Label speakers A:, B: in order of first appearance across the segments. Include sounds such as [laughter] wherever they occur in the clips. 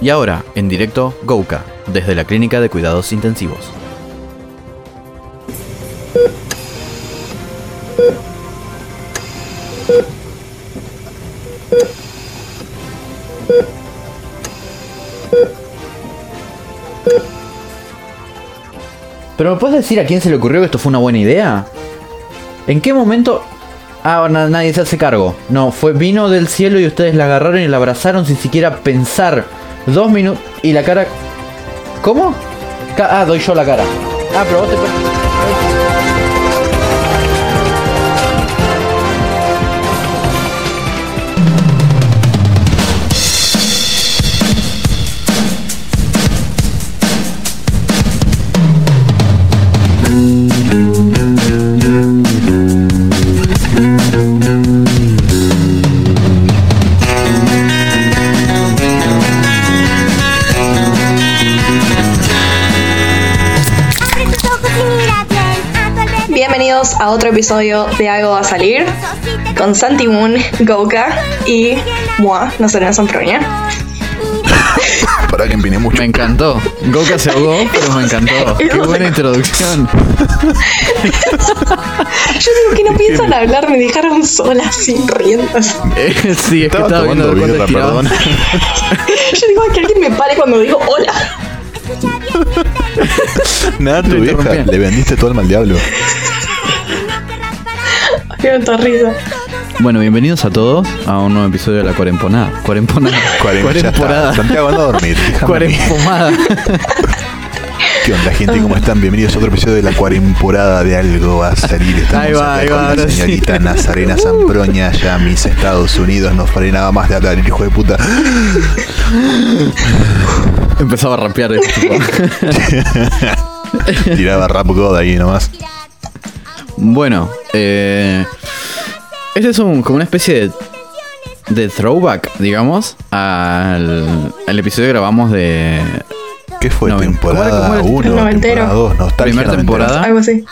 A: Y ahora, en directo, Gouka, desde la Clínica de Cuidados Intensivos. ¿Pero me puedes decir a quién se le ocurrió que esto fue una buena idea? ¿En qué momento...? Ah, na- nadie se hace cargo. No, fue vino del cielo y ustedes la agarraron y la abrazaron sin siquiera pensar. Dos minutos... Y la cara... ¿Cómo? Ca- ah, doy yo la cara. Ah, pero vos te...
B: Bienvenidos a otro episodio de Algo va a salir con Santi Moon, Goka y Mua, Nazarena Sanfronia.
C: Para que empiné mucho.
A: Me encantó. Goka se ahogó, pero me
C: [laughs]
A: encantó. Qué buena introducción.
B: Yo digo que no piensan hablar, me dejaron sola sin riendas.
A: Eh, sí, es que
C: Estaba
A: estaba viendo
C: tomando
A: de cuánto
C: birra,
A: tiraban.
C: perdón.
B: Yo digo "Ay, que alguien me pare cuando digo hola.
C: Nada, tu
A: Lo
C: vieja,
A: interrumpí.
C: le vendiste todo el mal diablo.
B: Tiene otra risa.
A: Bueno, bienvenidos a todos a un nuevo episodio de la cuaremponada. Cuaremponada.
C: [laughs] Cuarenta- ya está.
A: Cuaremporada.
C: Santiago, anda a
A: [laughs]
C: dormir. déjame a mí.
A: Cuarempomada.
C: [laughs] ¿Qué onda, gente? ¿Cómo están? Bienvenidos a otro episodio de la cuaremporada de Algo va a salir. Estamos
A: Ahí va,
C: acá
A: ahí
C: con
A: va,
C: la
A: ahora sí. Uh.
C: señorita Nazarena Zamproña, ya mis Estados Unidos. No frenaba más de hablar, el hijo de puta.
A: Empezaba a rapear el tipo.
C: Tiraba Rap God ahí nomás.
A: Bueno, eh, este es un, como una especie de, de throwback, digamos, al, al episodio que grabamos de
C: ¿Qué fue?
A: No, ¿cómo
C: ¿Temporada
A: era- cómo
C: 1?
B: era?
C: ¿Temporada
B: Noventero.
C: 2? ¿Nostalgia?
A: Primera
C: noventera.
A: temporada.
B: Algo así.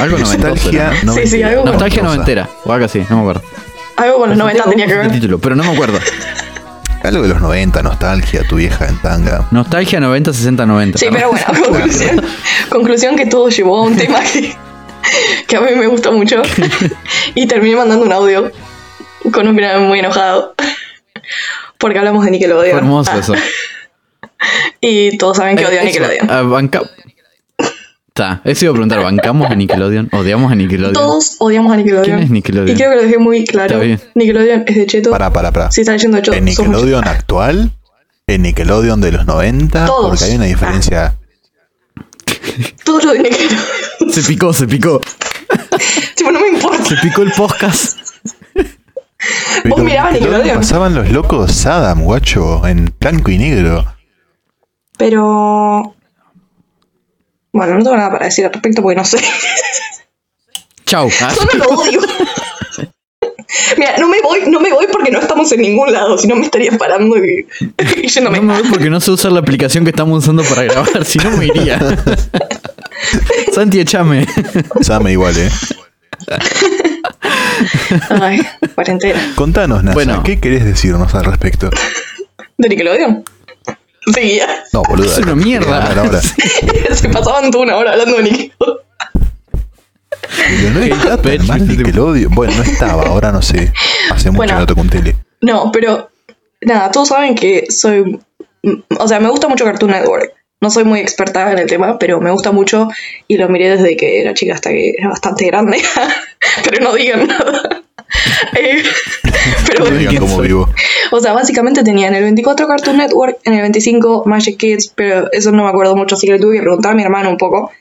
A: algo
C: Nostalgia
A: noventera.
B: ¿no? Sí, sí,
C: noventera.
B: algo
A: Nostalgia
C: Noventosa.
A: noventera, o algo así, no me acuerdo.
B: Algo con los 90 tenía que
A: El
B: ver.
A: título, pero Ah, no me acuerdo.
C: Algo de los 90, nostalgia, tu vieja en tanga.
A: Nostalgia 90, 60, 90.
B: Sí,
A: [laughs]
B: pero bueno, conclusión. conclusión que todo llevó a un tema que, que a mí me
A: [laughs]
B: gusta mucho. Y terminé mandando un audio con un final muy enojado. Porque hablamos de Nickelodeon.
A: Fue hermoso
B: Ah,
A: eso.
B: Y todos saben que odio a
A: Eh, eso,
B: Nickelodeon.
A: ah, banca- Ta, eso iba a preguntar, ¿bancamos a Nickelodeon? ¿Odiamos a Nickelodeon?
B: Todos odiamos a Nickelodeon.
A: ¿Quién es Nickelodeon?
B: Y creo que lo dejé muy claro.
A: Está bien.
B: Nickelodeon es de Cheto.
C: Para, para, para.
B: Si está leyendo de Cheto,
C: ¿En
B: sos mucho.
C: Nickelodeon actual? ¿En Nickelodeon de los 90?
B: Ah. Todos. Ah.
C: Porque hay una diferencia.
B: Todo lo de Nickelodeon. [laughs]
A: Se picó, se picó.
B: tipo, no me importa.
A: Se picó el podcast.
C: Pero en
B: mirabas Nickelodeon?
C: Pasaban los locos Saddam, guacho, en blanco y negro.
B: Pero. Bueno, no tengo nada para decir al respecto porque no sé. [laughs]
A: Chau. Ah,
B: Solo lo
A: [laughs]
B: odio. Mira, no me voy, no me voy porque no estamos en ningún lado, si no me estaría parando y, [laughs] y
A: No
B: yéndome.
A: me voy porque no sé usar la aplicación que estamos usando para grabar, si no me iría. Santi, échame.
C: Saddam igual, ¿eh?
B: Ay, cuarentena.
C: Contanos, Nasa,
A: Bueno.
C: ¿qué querés decirnos al respecto?
B: ¿De Nickelodeon? Seguía.
C: No, boludo.
A: Es una mierda. [laughs]
C: Ahora.
A: Sí.
B: [laughs] Se pasaban toda una hora hablando de Nickelodeon.
C: Pero no está tan
A: Pecho,
C: mal
A: este tipo.
C: Nickelodeon. Bueno, no estaba, ahora no sé. Hace mucho
B: Bueno.
C: que no toco un tele.
B: No, pero nada, todos saben que soy. m- O sea, me gusta mucho Cartoon Network. No soy muy experta en el tema, pero me gusta mucho y lo miré desde que era chica hasta que era bastante grande. [laughs] pero no digan nada. [laughs]
C: [laughs]
B: Eh, pero
C: No digan
A: quién
C: cómo
A: soy.
C: vivo.
B: o sea, básicamente tenía en el 24 Cartoon Network, en el 25 Magic Kids, pero eso no me acuerdo mucho, así que le tuve que preguntar a mi hermano un poco.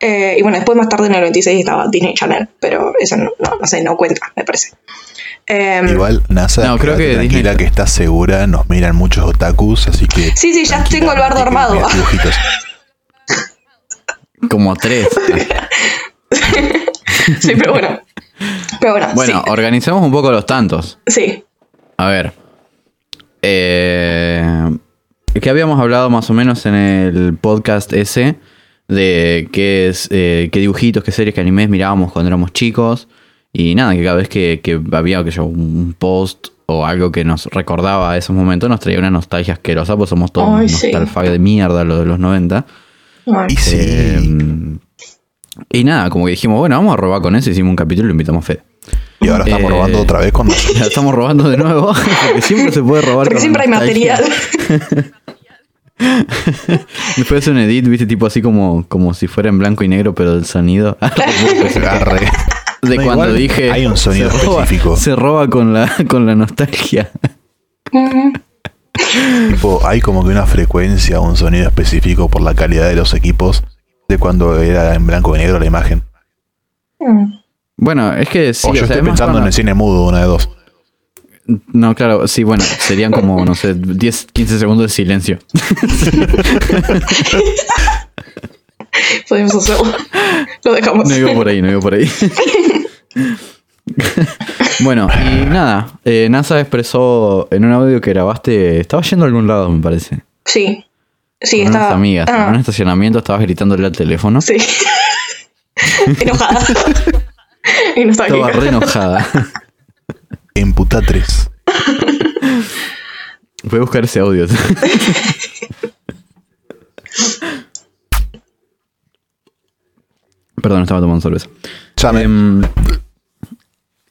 B: Eh, y bueno, después más tarde en el 26 estaba Disney Channel, pero eso no, no, no sé, no cuenta, me parece. Em,
C: Igual, NASA,
A: No, creo
C: quédate
A: que
C: tranquila
A: Disney-
C: que estás segura, nos miran muchos otakus, así que.
B: Sí, sí, ya
C: tranquila,
B: tengo el bardo
C: no te quedes
B: armado.
C: con los dibujitos.
A: Como tres.
B: Sí, pero bueno. Pero bueno,
A: Bueno,
B: sí.
A: organicemos un poco los tantos.
B: sí.
A: A ver. Eh, que habíamos hablado más o menos en el podcast ese de qué es eh, qué dibujitos, qué series, qué animes mirábamos cuando éramos chicos y nada, que cada vez que, que había que yo, un post o algo que nos recordaba a esos momentos nos traía una nostalgia asquerosa, pues somos todos
B: Ay, sí.
A: nostalfag de mierda los de los 90.
B: Ay,
C: Y sí.
A: Eh, y nada, como que dijimos, bueno, vamos a robar con eso, hicimos un capítulo y lo invitamos a Fede. [laughs]
C: y ahora estamos
A: eh,
C: robando otra vez
A: [laughs]
C: con nosotros.
A: La estamos robando de nuevo, [laughs] porque siempre se puede robar.
B: Porque
A: con
B: siempre hay
A: nostalgia. [laughs]
B: material.
A: Después hace un edit, viste, tipo así como, como si fuera en blanco y negro, pero del
B: [laughs]
A: sonido. [laughs]
C: Arre.
A: De
C: No,
A: cuando
C: igual
A: dije.
C: hay un sonido
A: se roba-
C: específico.
A: Se roba con la, con la nostalgia.
B: Mm,
C: Tipo, hay como que una frecuencia, un sonido específico por la calidad de los equipos de cuando era en blanco y negro la imagen.
B: mm.
A: Bueno, es que sí.
C: o yo
A: sea,
C: estoy
A: es más
C: pensando en
A: raro.
C: el cine mudo, una de dos.
A: No, claro, sí, bueno, serían como, no sé, 10, 15 segundos de silencio.
B: Podemos hacerlo. Lo dejamos.
A: No iba por ahí, no iba por ahí. [laughs] bueno, y nada, eh, NASA expresó en un audio que grabaste, estaba yendo a algún lado, me parece.
B: Sí. Sí,
A: con
B: estaba.
A: unas amigas,
B: Ah,
A: en un estacionamiento, estabas gritándole al teléfono.
B: Sí. [laughs] Enojada. y no estaba
A: Estaba
B: aquí.
A: re enojada.
B: [laughs]
C: En puta 3.
A: Voy a buscar ese audio. Perdón, estaba tomando cerveza.
C: Ya me-
A: Em,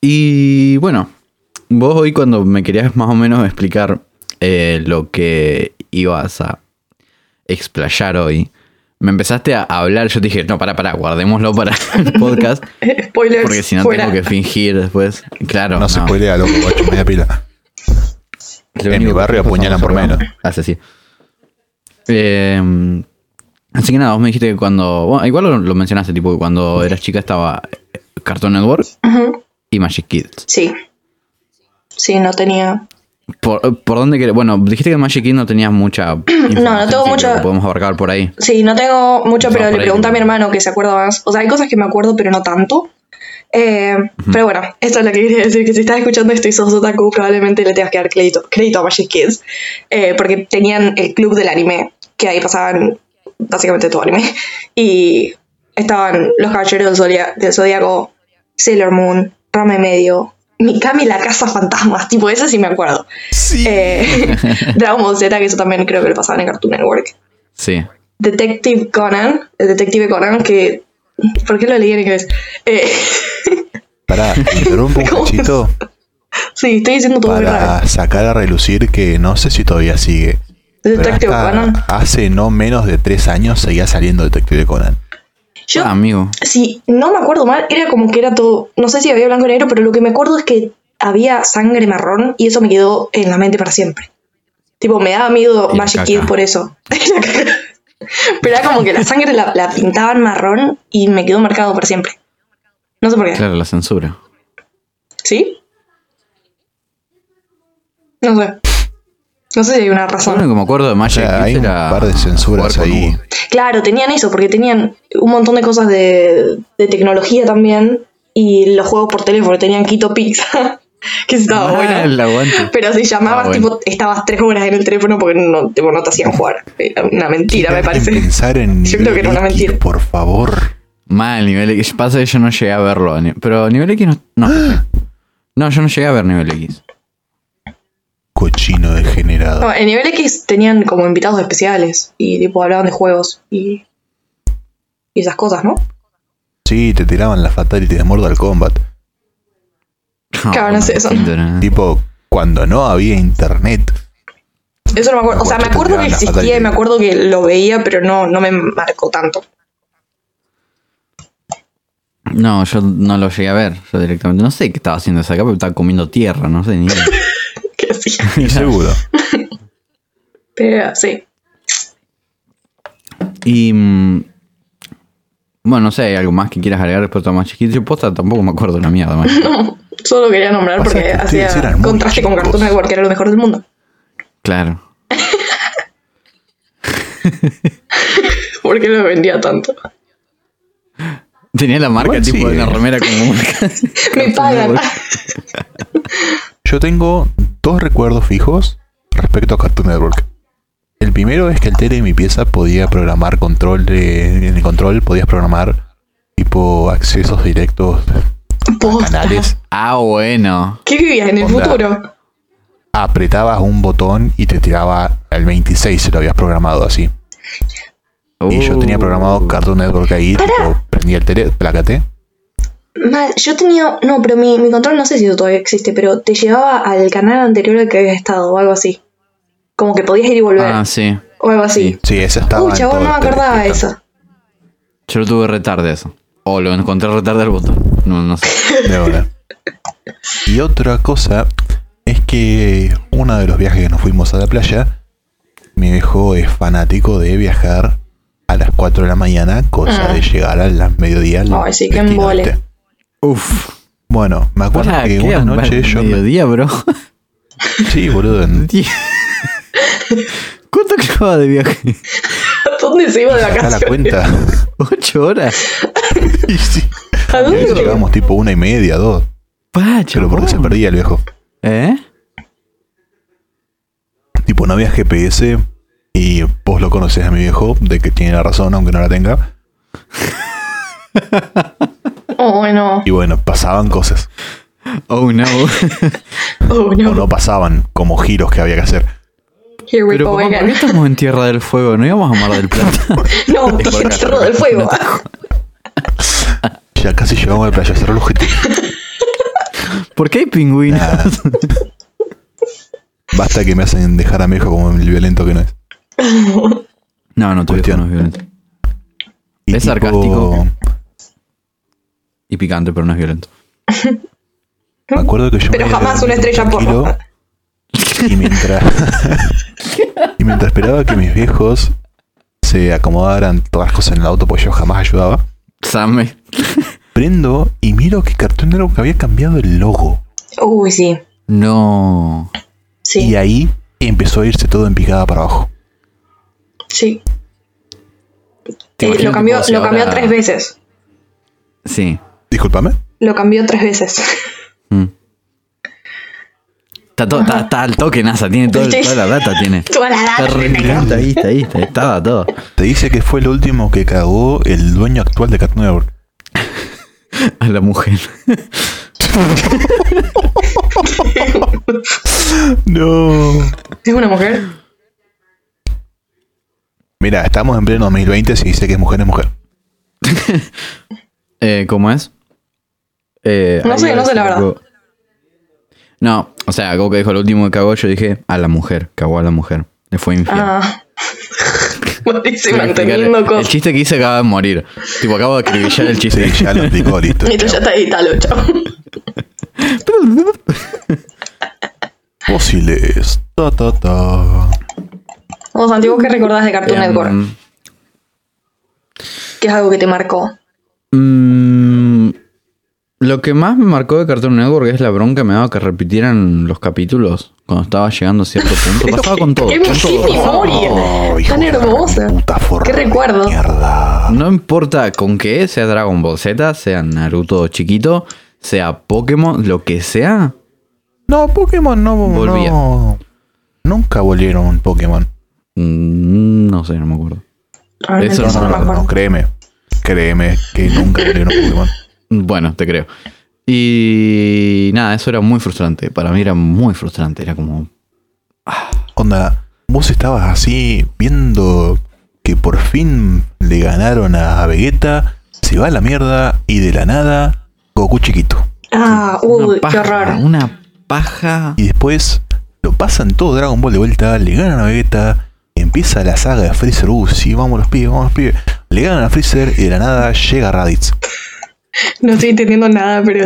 A: y bueno, vos hoy cuando me querías más o menos explicar eh, lo que ibas a explayar hoy, me empezaste a hablar, yo te dije, no, para, para, guardémoslo para el podcast,
B: [laughs] Spoilers.
A: porque si no
B: fuera.
A: tengo que fingir después. Claro,
C: no, se spoilea, loco, guacho, media pila.
A: Es lo
C: En
A: único
C: mi
A: que
C: barrio
A: nosotros
C: apuñalan por
A: observamos.
C: menos.
A: Ah, sí, sí. Eh, así que nada, vos me dijiste que cuando. Bueno, igual lo, lo mencionaste, tipo, que cuando eras chica estaba eh, Cartoon Network
B: Ujú,
A: y Magic Kids.
B: Sí. Sí, no tenía.
A: ¿Por, por dónde querés? Bueno, dijiste que Magic Kids no tenías mucha. información,
B: [clears throat] no tengo
A: así que
B: mucha-
A: lo Podemos abarcar por ahí.
B: Sí, no tengo mucho,
A: No,
B: pero
A: por
B: le
A: ahí.
B: pregunté a mi hermano que se acuerda más. O sea, hay cosas que me acuerdo, pero no tanto. Eh, Pero bueno, esto es lo que quería decir, que si estás escuchando esto y sos otaku, probablemente le tengas que dar crédito, crédito a Magic Kids, eh, porque tenían el club del anime, que ahí pasaban básicamente todo anime, y estaban los caballeros del, Zodia- del Zodíaco, Sailor Moon, Rame Medio, Mikami la Casa Fantasmas, tipo ese sí me acuerdo.
C: Sí.
A: [laughs]
B: Eh, [laughs] Dragon Ball Z, que eso también creo que lo pasaban en Cartoon Network.
A: Sí.
B: Detective Conan, el detective Conan, que. ¿Por qué lo leí en inglés? Eh, [laughs]
C: Pará, te interrumpo un
B: ¿Cómo
C: cachito
B: sí, estoy diciendo todo muy raro.
C: para sacar a relucir que no sé si todavía sigue. pero
B: Detective
C: hasta
B: Conan.
C: hace no menos de tres años seguía saliendo Detective Conan.
B: Yo,
A: Ah, amigo.
B: si no me acuerdo mal, era como que era todo. No sé si había blanco y negro, pero lo que me acuerdo es que había sangre marrón y eso me quedó en la mente para siempre. Tipo, me daba miedo
A: Y la
B: Magic
A: caca.
B: Kid por eso. [laughs] Y la caca. pero era como que la sangre la, la pintaban marrón y me quedó marcado para siempre. No sé por qué.
A: Claro, la censura.
B: ¿Sí? No sé. No sé si hay una
A: Lo
B: razón.
A: único que me acuerdo de
C: O
A: Magic
C: sea,
A: Kids
C: hay un
A: era
C: par de censuras
A: jugar con
C: ahí.
A: Hugo.
B: Claro, tenían eso, porque tenían un montón de cosas de, de tecnología también. Y los juegos por teléfono, tenían Quito Pizza, [laughs] que estaba
A: Ah,
B: bueno.
A: el aguante.
B: Pero si llamabas,
A: Ah, bueno.
B: tipo, estabas tres horas en el teléfono porque no, tipo, no te hacían jugar. Era una mentira, me
C: Dejen
B: parece. [laughs]
C: Pensar en
B: Yo creo que era una
C: Nicky,
B: mentira.
C: Por favor.
A: Mal, nivel X. Pasa que yo no llegué a verlo. ni- Pero nivel X no.
C: [gasps]
A: No, no yo no llegué a ver nivel X.
C: Cochino degenerado.
B: No, en nivel X tenían como invitados especiales y tipo hablaban de juegos y, y esas cosas, ¿no?
C: Sí, te tiraban la fatality de Mortal Kombat.
A: No,
B: Claro, no sé, eso no.
A: distinto, ¿no?
C: Tipo, cuando no había internet.
B: Eso no me acuerdo. O sea, me acuerdo que existía y me acuerdo que lo veía, pero no, no me marcó [laughs] tanto.
A: No, yo no lo llegué a ver. Yo directamente no sé qué estaba haciendo esa capa, estaba comiendo tierra, no sé ni.
C: [laughs]
B: Que hacía.
C: Y seguro.
B: Pero sí.
A: Y. mm, Bueno, no sé, ¿hay algo más que quieras agregar respecto a más chiquito? Yo posta tampoco me acuerdo una mierda
C: [laughs]
A: más.
B: Solo quería nombrar
C: O sea,
B: porque
C: que ustedes
B: hacía
C: eran muy
B: contraste con
C: chicos.
B: Cartoon Network, que era lo mejor del mundo.
A: Claro.
B: ¿Por qué lo vendía tanto?
A: Tenía la marca
C: Igual
A: tipo
C: sí.
A: de la remera como [laughs]
C: [laughs]
A: marca.
B: Me pagan.
C: Yo tengo dos recuerdos fijos respecto a Cartoon Network. El primero es que el tele de mi pieza podía programar control de, en el control podías programar tipo accesos directos a
B: Posta.
C: canales.
A: Ah, bueno.
B: ¿Qué vivías en el
C: Onda.
B: futuro?
C: apretabas un botón y te tiraba al 26 si lo habías programado así. Y
A: Uh.
C: yo tenía programado Cartoon Network ahí,
B: Pará.
C: tipo, prendía el tele, plácate.
B: Mal, yo tenía. No, pero mi, mi control no sé si todavía existe, pero te llevaba al canal anterior al que habías estado o algo así. Como que podías ir y volver
A: Ah, sí.
B: o algo así.
A: sí.
C: Sí, ese estaba.
B: Uy,
C: en
B: chabón,
C: todo
B: no me
C: el tele-
B: acordaba de eso.
A: Yo lo tuve retarde eso. O lo encontré retarde al botón. No, no sé.
C: De verdad. Y otra cosa es que uno de los viajes que nos fuimos a la playa, mi viejo es fanático de viajar a las 4 de la mañana, cosa
B: Ah.
C: de llegar a las mediodía. al
B: Ay, sí, qué
C: destino,
B: embole.
C: ¿viste?
A: Uf.
C: Bueno, me acuerdo
A: Pará,
C: que
A: ¿qué
C: una
A: era?
C: noche yo... me-
A: Mediodía, bro.
C: [laughs]
A: [laughs]
C: Sí, boludo, en-
A: Die- ¿Cuánto acababa de viaje? [laughs]
B: ¿Dónde se iba de
C: saca la
B: vacaciones?
C: cuenta. [laughs]
A: ¿Ocho horas?
C: y sí,
B: ¿A
C: y a
B: dónde
C: veces
B: se iba?
C: llegamos tipo una y media, dos,
A: Pacho.
C: pero porque se perdía el viejo.
A: ¿Eh?
C: Tipo, no había GPS y vos lo conocés a mi viejo, de que tiene la razón, aunque no la tenga.
B: Oh, no.
C: Y bueno, pasaban cosas.
A: Oh [laughs] no.
B: Oh,
C: O
B: no.
C: no pasaban como giros que había que hacer.
B: Here we
A: Pero
B: go
A: papá, ¿por qué
B: again.
A: estamos en Tierra del Fuego? ¿No íbamos a Mar del Plata?
B: [laughs] No, [laughs] Cerro del Fuego.
C: Ya casi llegamos a la playa, cerró el objetivo.
A: [laughs] ¿Por qué hay pingüinos?
C: Basta que me hacen dejar a mi hijo como el violento que no es.
A: [laughs] No, no, tu viejo
C: Cuestión.
A: no es violento.
C: Y
A: Es sarcástico. Y picante, pero no es violento.
C: Me acuerdo que yo
B: Pero
C: me había
B: jamás una
C: dormido
B: estrella por
C: tranquilo
B: roja.
C: Y mientras.
B: [laughs]
C: y mientras esperaba que mis viejos se acomodaran todas las cosas en el auto, porque yo jamás ayudaba.
A: Same.
C: Prendo y miro que Cartoon Network había cambiado el logo.
B: Uy, sí.
A: No.
C: Y
B: Sí.
C: ahí empezó a irse todo en picada para abajo.
B: Sí.
A: Te
B: Eh,
A: imagino que
B: lo cambió,
A: puedo hacer
B: lo cambió
A: ahora-
B: tres veces.
A: Sí.
C: Discúlpame.
B: Lo cambió tres veces. [laughs]
A: Mm. Está, to- está- está al toque, NASA. Tiene todo,
B: Sí.
A: toda la data.
B: [laughs]
A: Tiene.
B: Toda la
A: Está
B: data.
A: re está ahí, está ahí, está- Estaba todo.
C: Te dice que fue el último que cagó el dueño actual de Cartoon Network.
A: [laughs] A la mujer.
C: No.
B: ¿Es una mujer?
C: Mira, estamos en pleno 2020 si dice que es mujer es mujer.
A: Eh, ¿Cómo es? Eh,
B: No
A: ahí
B: sé, no sé la
A: algo- No, o sea, algo que dijo el último que cagó, yo dije a la mujer. Cagó a la mujer. Le fue infiel. [laughs]
B: Ah. [laughs]
A: Tuve
B: Buenísimo,
A: que explicar
B: entendiendo
A: el, el
B: cosas.
A: chiste que hice acaba de morir. Tipo, acabo de acribillar el
C: Sí,
A: chiste.
C: ya lo explicó, listo.
B: Esto ya está editado, chao.
C: Fósiles. Ta, ta, ta.
B: [laughs] Vos, Santiago, ¿qué recordás de [laughs] Cartoon Network?
A: Em,
B: ¿Qué es algo que te marcó?
A: Mm, lo que más me marcó de Cartoon Network es la bronca que me daba que repitieran los capítulos cuando estaba llegando a cierto
B: [laughs]
A: punto. Pasaba con todo.
B: ¡Qué,
A: con
B: qué
A: todo.
B: memoria!
C: Oh, hijo
B: Tan
C: de la
B: hermosa.
C: Puta forra
B: ¡Qué
C: de
B: recuerdo!
C: Mierda.
A: No importa con qué, sea Dragon Ball Z, sea Naruto chiquito, sea Pokémon, lo que sea.
C: No, Pokémon no
A: Volvía.
C: no. Nunca volvieron Pokémon.
A: mm, no sé, no me acuerdo.
B: Realmente
A: Eso
B: eso
C: No,
B: no me
C: no, no,
B: acuerdo.
C: créeme. Créeme que nunca volvieron Pokémon.
A: Bueno, te creo. Y nada, eso era muy frustrante. Para mí era muy frustrante. Era como.
C: Onda, vos estabas así viendo que por fin le ganaron a Vegeta, se va a la mierda y de la nada Goku chiquito.
B: Ah,
A: una
B: uy, qué
A: paja,
B: horror.
A: Una paja.
C: Y después lo pasan todo Dragon Ball de vuelta, le ganan a Vegeta, empieza la saga de Freezer, uh, sí, vamos los pibes, vamos los pibes. Le ganan a Freezer y de la nada llega Raditz.
B: No estoy entendiendo nada, pero.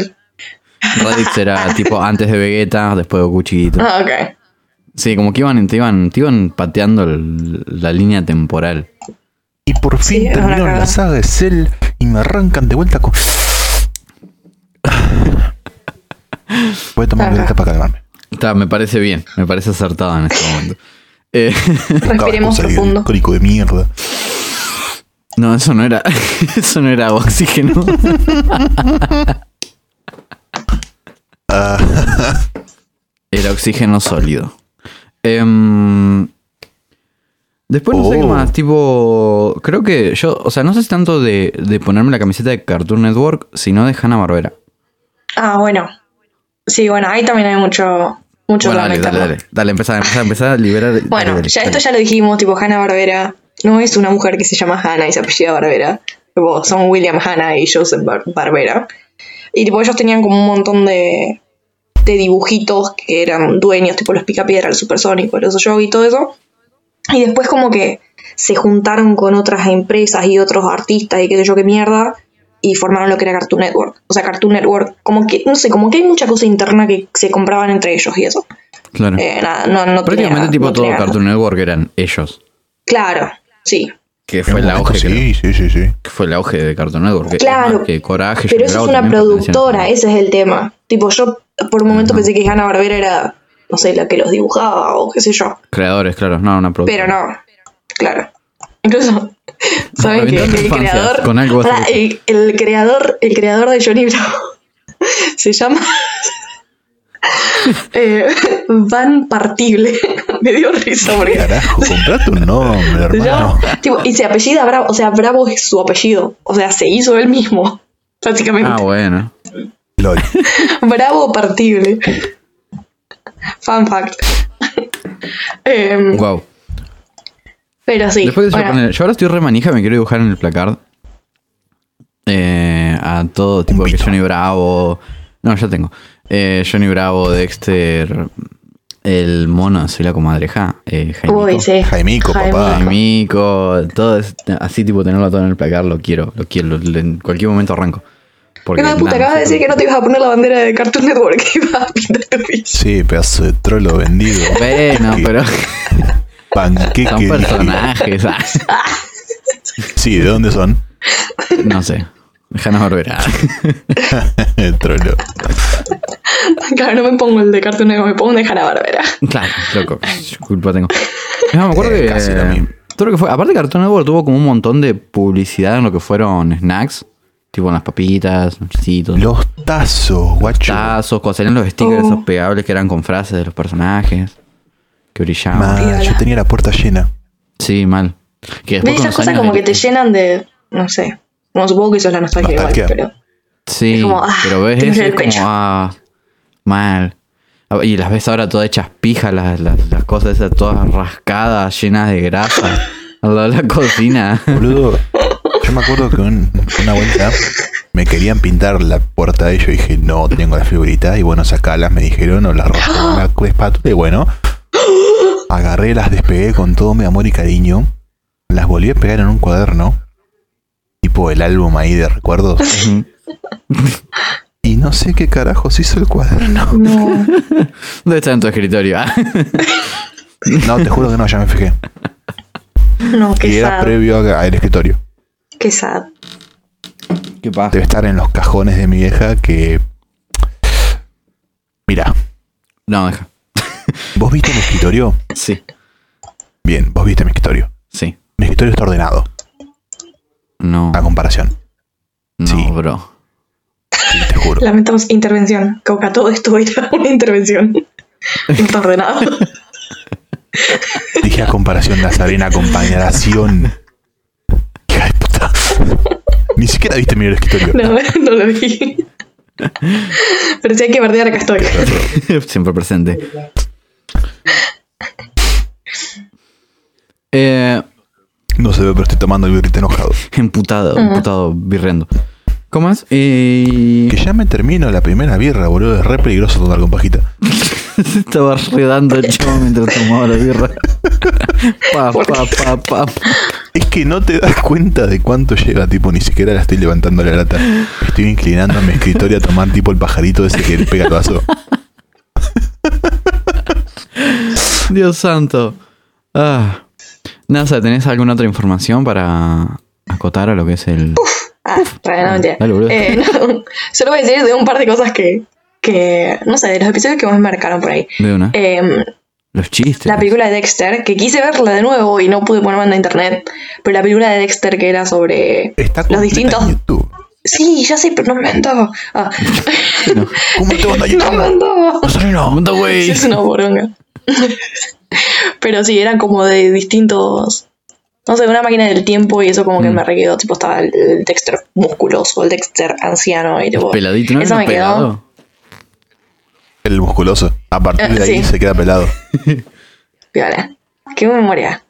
A: Raditz
B: [laughs]
A: era tipo antes de Vegeta, después de Goku chiquito.
B: Ah,
A: [laughs]
B: ok.
A: Sí, como que iban, te, iban, te iban pateando el- la línea temporal.
C: Y por fin
B: Sí, es una
C: terminaron la
B: cagada.
C: saga de Cell y me arrancan de
B: [laughs]
C: vuelta con... Voy a tomar
B: Ajá.
C: Vegeta para calmarme.
A: Está, me parece bien, me parece acertada en este momento. Eh,
B: Respiremos
C: Cabacusa,
B: profundo.
C: alcohólico de mierda.
A: no, eso no era. [laughs] Eso no era oxígeno.
C: [laughs]
A: Era oxígeno sólido. Em, después no sé qué
C: Oh.
A: más, tipo. Creo que yo, o sea, no sé si tanto de, de ponerme la camiseta de Cartoon Network, sino de Hanna Barbera.
B: Ah, bueno. Sí, bueno, ahí también hay mucho. Mucho
A: Bueno,
B: para
A: dale, dale,
B: meterlo.
A: dale. Dale, empezá, empezá, empezá a liberar.
B: Bueno,
A: dale, dale,
B: ya
A: dale.
B: esto ya lo dijimos, tipo Hanna Barbera. No es una mujer que se llama Hanna y se apellida Barbera. Tipo, son William Hanna y Joseph Bar- Barbera. Y tipo, ellos tenían como un montón de, de dibujitos que eran dueños, tipo los Picapiedra, el Supersónico, el Oso Yogi y todo eso. Y después como que se juntaron con otras empresas y otros artistas y qué sé yo qué mierda. Y formaron lo que era Cartoon Network. O sea, Cartoon Network, como que, no sé, como que hay mucha cosa interna que se compraban entre ellos y eso.
A: Claro.
B: Eh, nada, no, no tenía-
A: Mm. Prácticamente tipo
B: no
A: todo
B: tenía-
A: Cartoon Network eran ellos.
B: Claro, sí.
A: Que
C: En
A: fue
C: un
A: la
C: momento
A: auge, creo,
C: Sí, sí, sí, sí.
A: que fue el auge de Cartoon Network. que-
B: Claro,
A: es más, Que Coraje.
B: Pero
A: Johnny
B: eso es
A: Bravo
B: una
A: también pertenecían a-
B: productora, ese es el tema. Tipo, yo por un momento
A: Ajá.
B: pensé que Hanna Barbera era, no sé, la que los dibujaba o qué sé yo.
A: Creadores, claro. No, una productora. Ah,
B: ¿eh? Pero no, claro.
A: [laughs]
B: Incluso, ¿saben que
A: Arruinando
B: el
A: infancias
B: creador.
A: con algo así.
B: Pará, el, el creador, el creador de Johnny Bravo [laughs] se llama [laughs] eh, Van Partible. [laughs] Me dio risa porque
C: Carajo, comprate un nombre,
A: [laughs]
B: se
C: hermano.
B: llama- tipo, y se apellida Bravo, o sea, Bravo es su apellido. O sea, se hizo él mismo, [laughs] prácticamente.
A: Ah, bueno.
C: LOL.
B: Bravo partible. Fun fact. Em,
A: Wow.
B: pero sí.
A: Después de eso,
B: bueno,
A: ponele- yo ahora estoy re manija, me quiero dibujar en el placard. Eh, a todo tipo que
C: pito.
A: Johnny Bravo. No, ya tengo. Eh, Johnny Bravo, Dexter, el mono, soy la comadreja. Eh, Jaimico.
B: uy, sí.
C: Jaimico,
B: Jaime.
C: papá.
A: Jaimico, todo es- así tipo tenerlo todo en el placard, lo quiero, lo quiero, lo- en cualquier momento arranco. Porque,
B: Hijo de puta,
A: nada,
B: acabas de
A: siempre-
B: decir que no te ibas a poner la bandera de Cartoon Network [laughs] que ibas a pintar tu piso.
C: Sí, pedazo de trolo vendido.
A: Bueno,
C: Que
A: pero
B: [laughs]
C: Panqueque.
A: son
C: líquido.
A: personajes. ah,
C: Sí, ¿de dónde son? [laughs]
A: no sé. Déjanos volver. ah.
C: trolo.
B: Claro, no me pongo el de Cartoon Network, me pongo un de Hanna Barbera.
A: Claro, loco. yo Culpa tengo. No, me acuerdo
C: Eh,
A: que.
C: casi lo mismo.
A: todo lo que fue. Aparte, Cartoon Network tuvo como un montón de publicidad en lo que fueron snacks. Tipo en las papitas, los chisitos, los
C: Los tazos, guacho.
A: tazos, cuando salían los stickers
B: Oh.
A: esos pegables que eran con frases de los personajes. Que brillaban.
C: Ma, yo tenía la puerta llena.
A: Sí, mal. Que después
B: ¿Ves
A: con
B: esas
A: los
B: cosas
A: años
B: como
A: de-
B: que te llenan de. No sé. No supongo que eso es la nostalgia igual,
C: Nostalgia.
B: pero.
A: [laughs] Sí,
B: Es como, ah,
A: pero ves
B: te
A: eso
B: duele
A: es
B: el
A: como,
B: pecho.
A: ah, mal. Ah, Y las ves ahora todas hechas pijas, las, las, las cosas esas todas rascadas, llenas de grasa. [laughs] Al lado de la cocina. [laughs]
C: Boludo, yo me acuerdo que un- una vuelta me querían pintar la puerta de ellos. Dije, no, tengo la figurita. Y bueno, sacalas, me dijeron, o las rompí con una cu- espátula. Y bueno, agarré, las despegué con todo mi amor y cariño. Las volví a pegar en un cuaderno, tipo el álbum ahí de recuerdos.
A: Ujú.
C: Y no sé qué carajos hizo el cuaderno.
B: No.
A: ¿Dónde está en tu escritorio? Ah, [laughs]
C: No, te juro que no, ya me fijé.
B: No,
C: Y
B: qué
C: era
B: sad.
C: previo a- al escritorio.
B: Qué sad.
A: ¿Qué pasa?
C: Debe estar en los cajones de mi vieja que. Mira,
A: No, deja.
C: ¿vos viste mi escritorio?
A: Sí,
C: Bien, vos viste mi escritorio.
A: sí.
C: Mi escritorio está ordenado,
A: No,
C: a comparación.
A: no,
C: sí.
A: bro. [laughs]
C: Sí, te juro.
B: Lamentamos intervención. Como que a todo esto era
A: [laughs]
B: una intervención. No está ordenado.
C: Dije a comparación, Nazarena, a comparación. Hija de puta. Ni siquiera viste mi escritorio.
B: No, [laughs] no lo vi. Pero si hay que bardear, acá estoy.
A: Siempre presente. Eh,
C: No se ve, pero estoy tomando el birrito enojado.
A: emputado, emputado, birrendo. ¿Cómo es? Y...
C: Que ya me termino la primera birra, boludo. Es re peligroso tomar con pajita.
A: Se [laughs] estaba redando el chavo mientras tomaba la
B: [laughs]
A: birra. Pa, pa, pa, pa.
C: Es que no te das cuenta de cuánto llega, tipo, ni siquiera la estoy levantando la lata. Estoy inclinando a mi escritorio a tomar, tipo, el pajarito ese que le pega el vaso.
A: Dios santo. Ah. Nasa, ¿tenés alguna otra información para acotar a lo que es el.
B: Ah, para no mentira.
A: Dale, boludo.
B: Eh, no, solo voy a decir de un par de cosas que, que, no sé, de los episodios que más me marcaron por ahí.
A: de una?
B: Em,
A: Los chistes.
B: la película de Dexter, que quise verla de nuevo y no pude ponerme en internet, pero la película de Dexter que era sobre...
C: Está
B: Los
C: completa
B: distintos-
C: en YouTube.
B: Sí, ya sé, pero no me andaba. Ah,
C: ¿Cómo te
B: [laughs]
C: vas a
B: no me
C: YouTube?
B: andaba.
C: Nazarena.
A: Manda, [laughs] güey.
B: Es una poronga. [laughs] Pero sí, eran como de distintos. No sé, una máquina del tiempo y eso como que me re quedó. Tipo, estaba el, el Dexter musculoso, el Dexter anciano y tipo.
A: Peladito, ¿no?
B: Eso
A: era
B: me quedó.
A: pelado?
C: El musculoso. A partir de
B: Eh, sí.
C: ahí se queda pelado.
B: Viola. Qué memoria.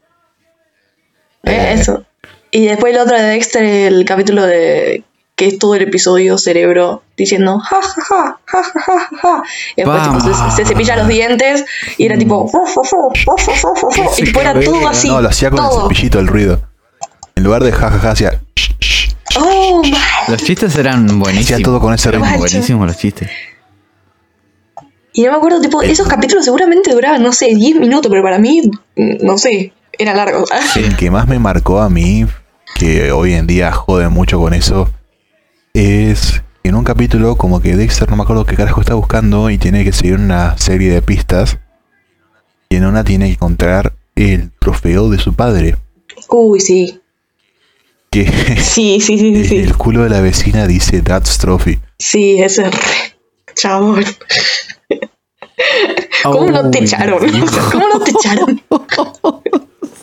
B: Eh,
C: Eh.
B: Eso. Y después el otro de Dexter, el capítulo de que es todo el episodio cerebro diciendo ja ja ja ja ja ja ja, ja. Y después tipo, se,
A: Vamos.
B: se cepilla los dientes y era tipo fu, fu, fu, fu, fu, fu, fu, fu.
A: Ese
B: y tipo era todo
A: cabello,
B: así.
C: no, lo hacía con
B: todo.
C: el cepillito el ruido. En lugar de jajaja, hacía. sh, sh,
B: Oh my.
A: Los chistes eran buenísimos.
C: Hacía todo con ese
A: Eran
C: ritmo.
A: buenísimos los chistes.
B: Y no me acuerdo, tipo, esos capítulos seguramente duraban, no sé, 10 minutos, pero para mí, mm, no sé, era largo. [laughs]
C: El que más me marcó a mí, que hoy en día jode mucho con eso, es en un capítulo como que Dexter no me acuerdo qué carajo está buscando y tiene que seguir una serie de pistas. Y en una tiene que encontrar el trofeo de su padre.
B: Uy, sí.
C: Que [laughs]
B: Sí, sí, sí, sí. Sí,
C: el culo de la vecina dice That's Trophy.
B: sí ese es re. Chabón. [laughs] ¿Cómo no te
A: Uy, Oh,
B: echaron? [laughs]
A: Dios.
B: ¿Cómo no te echaron? [laughs]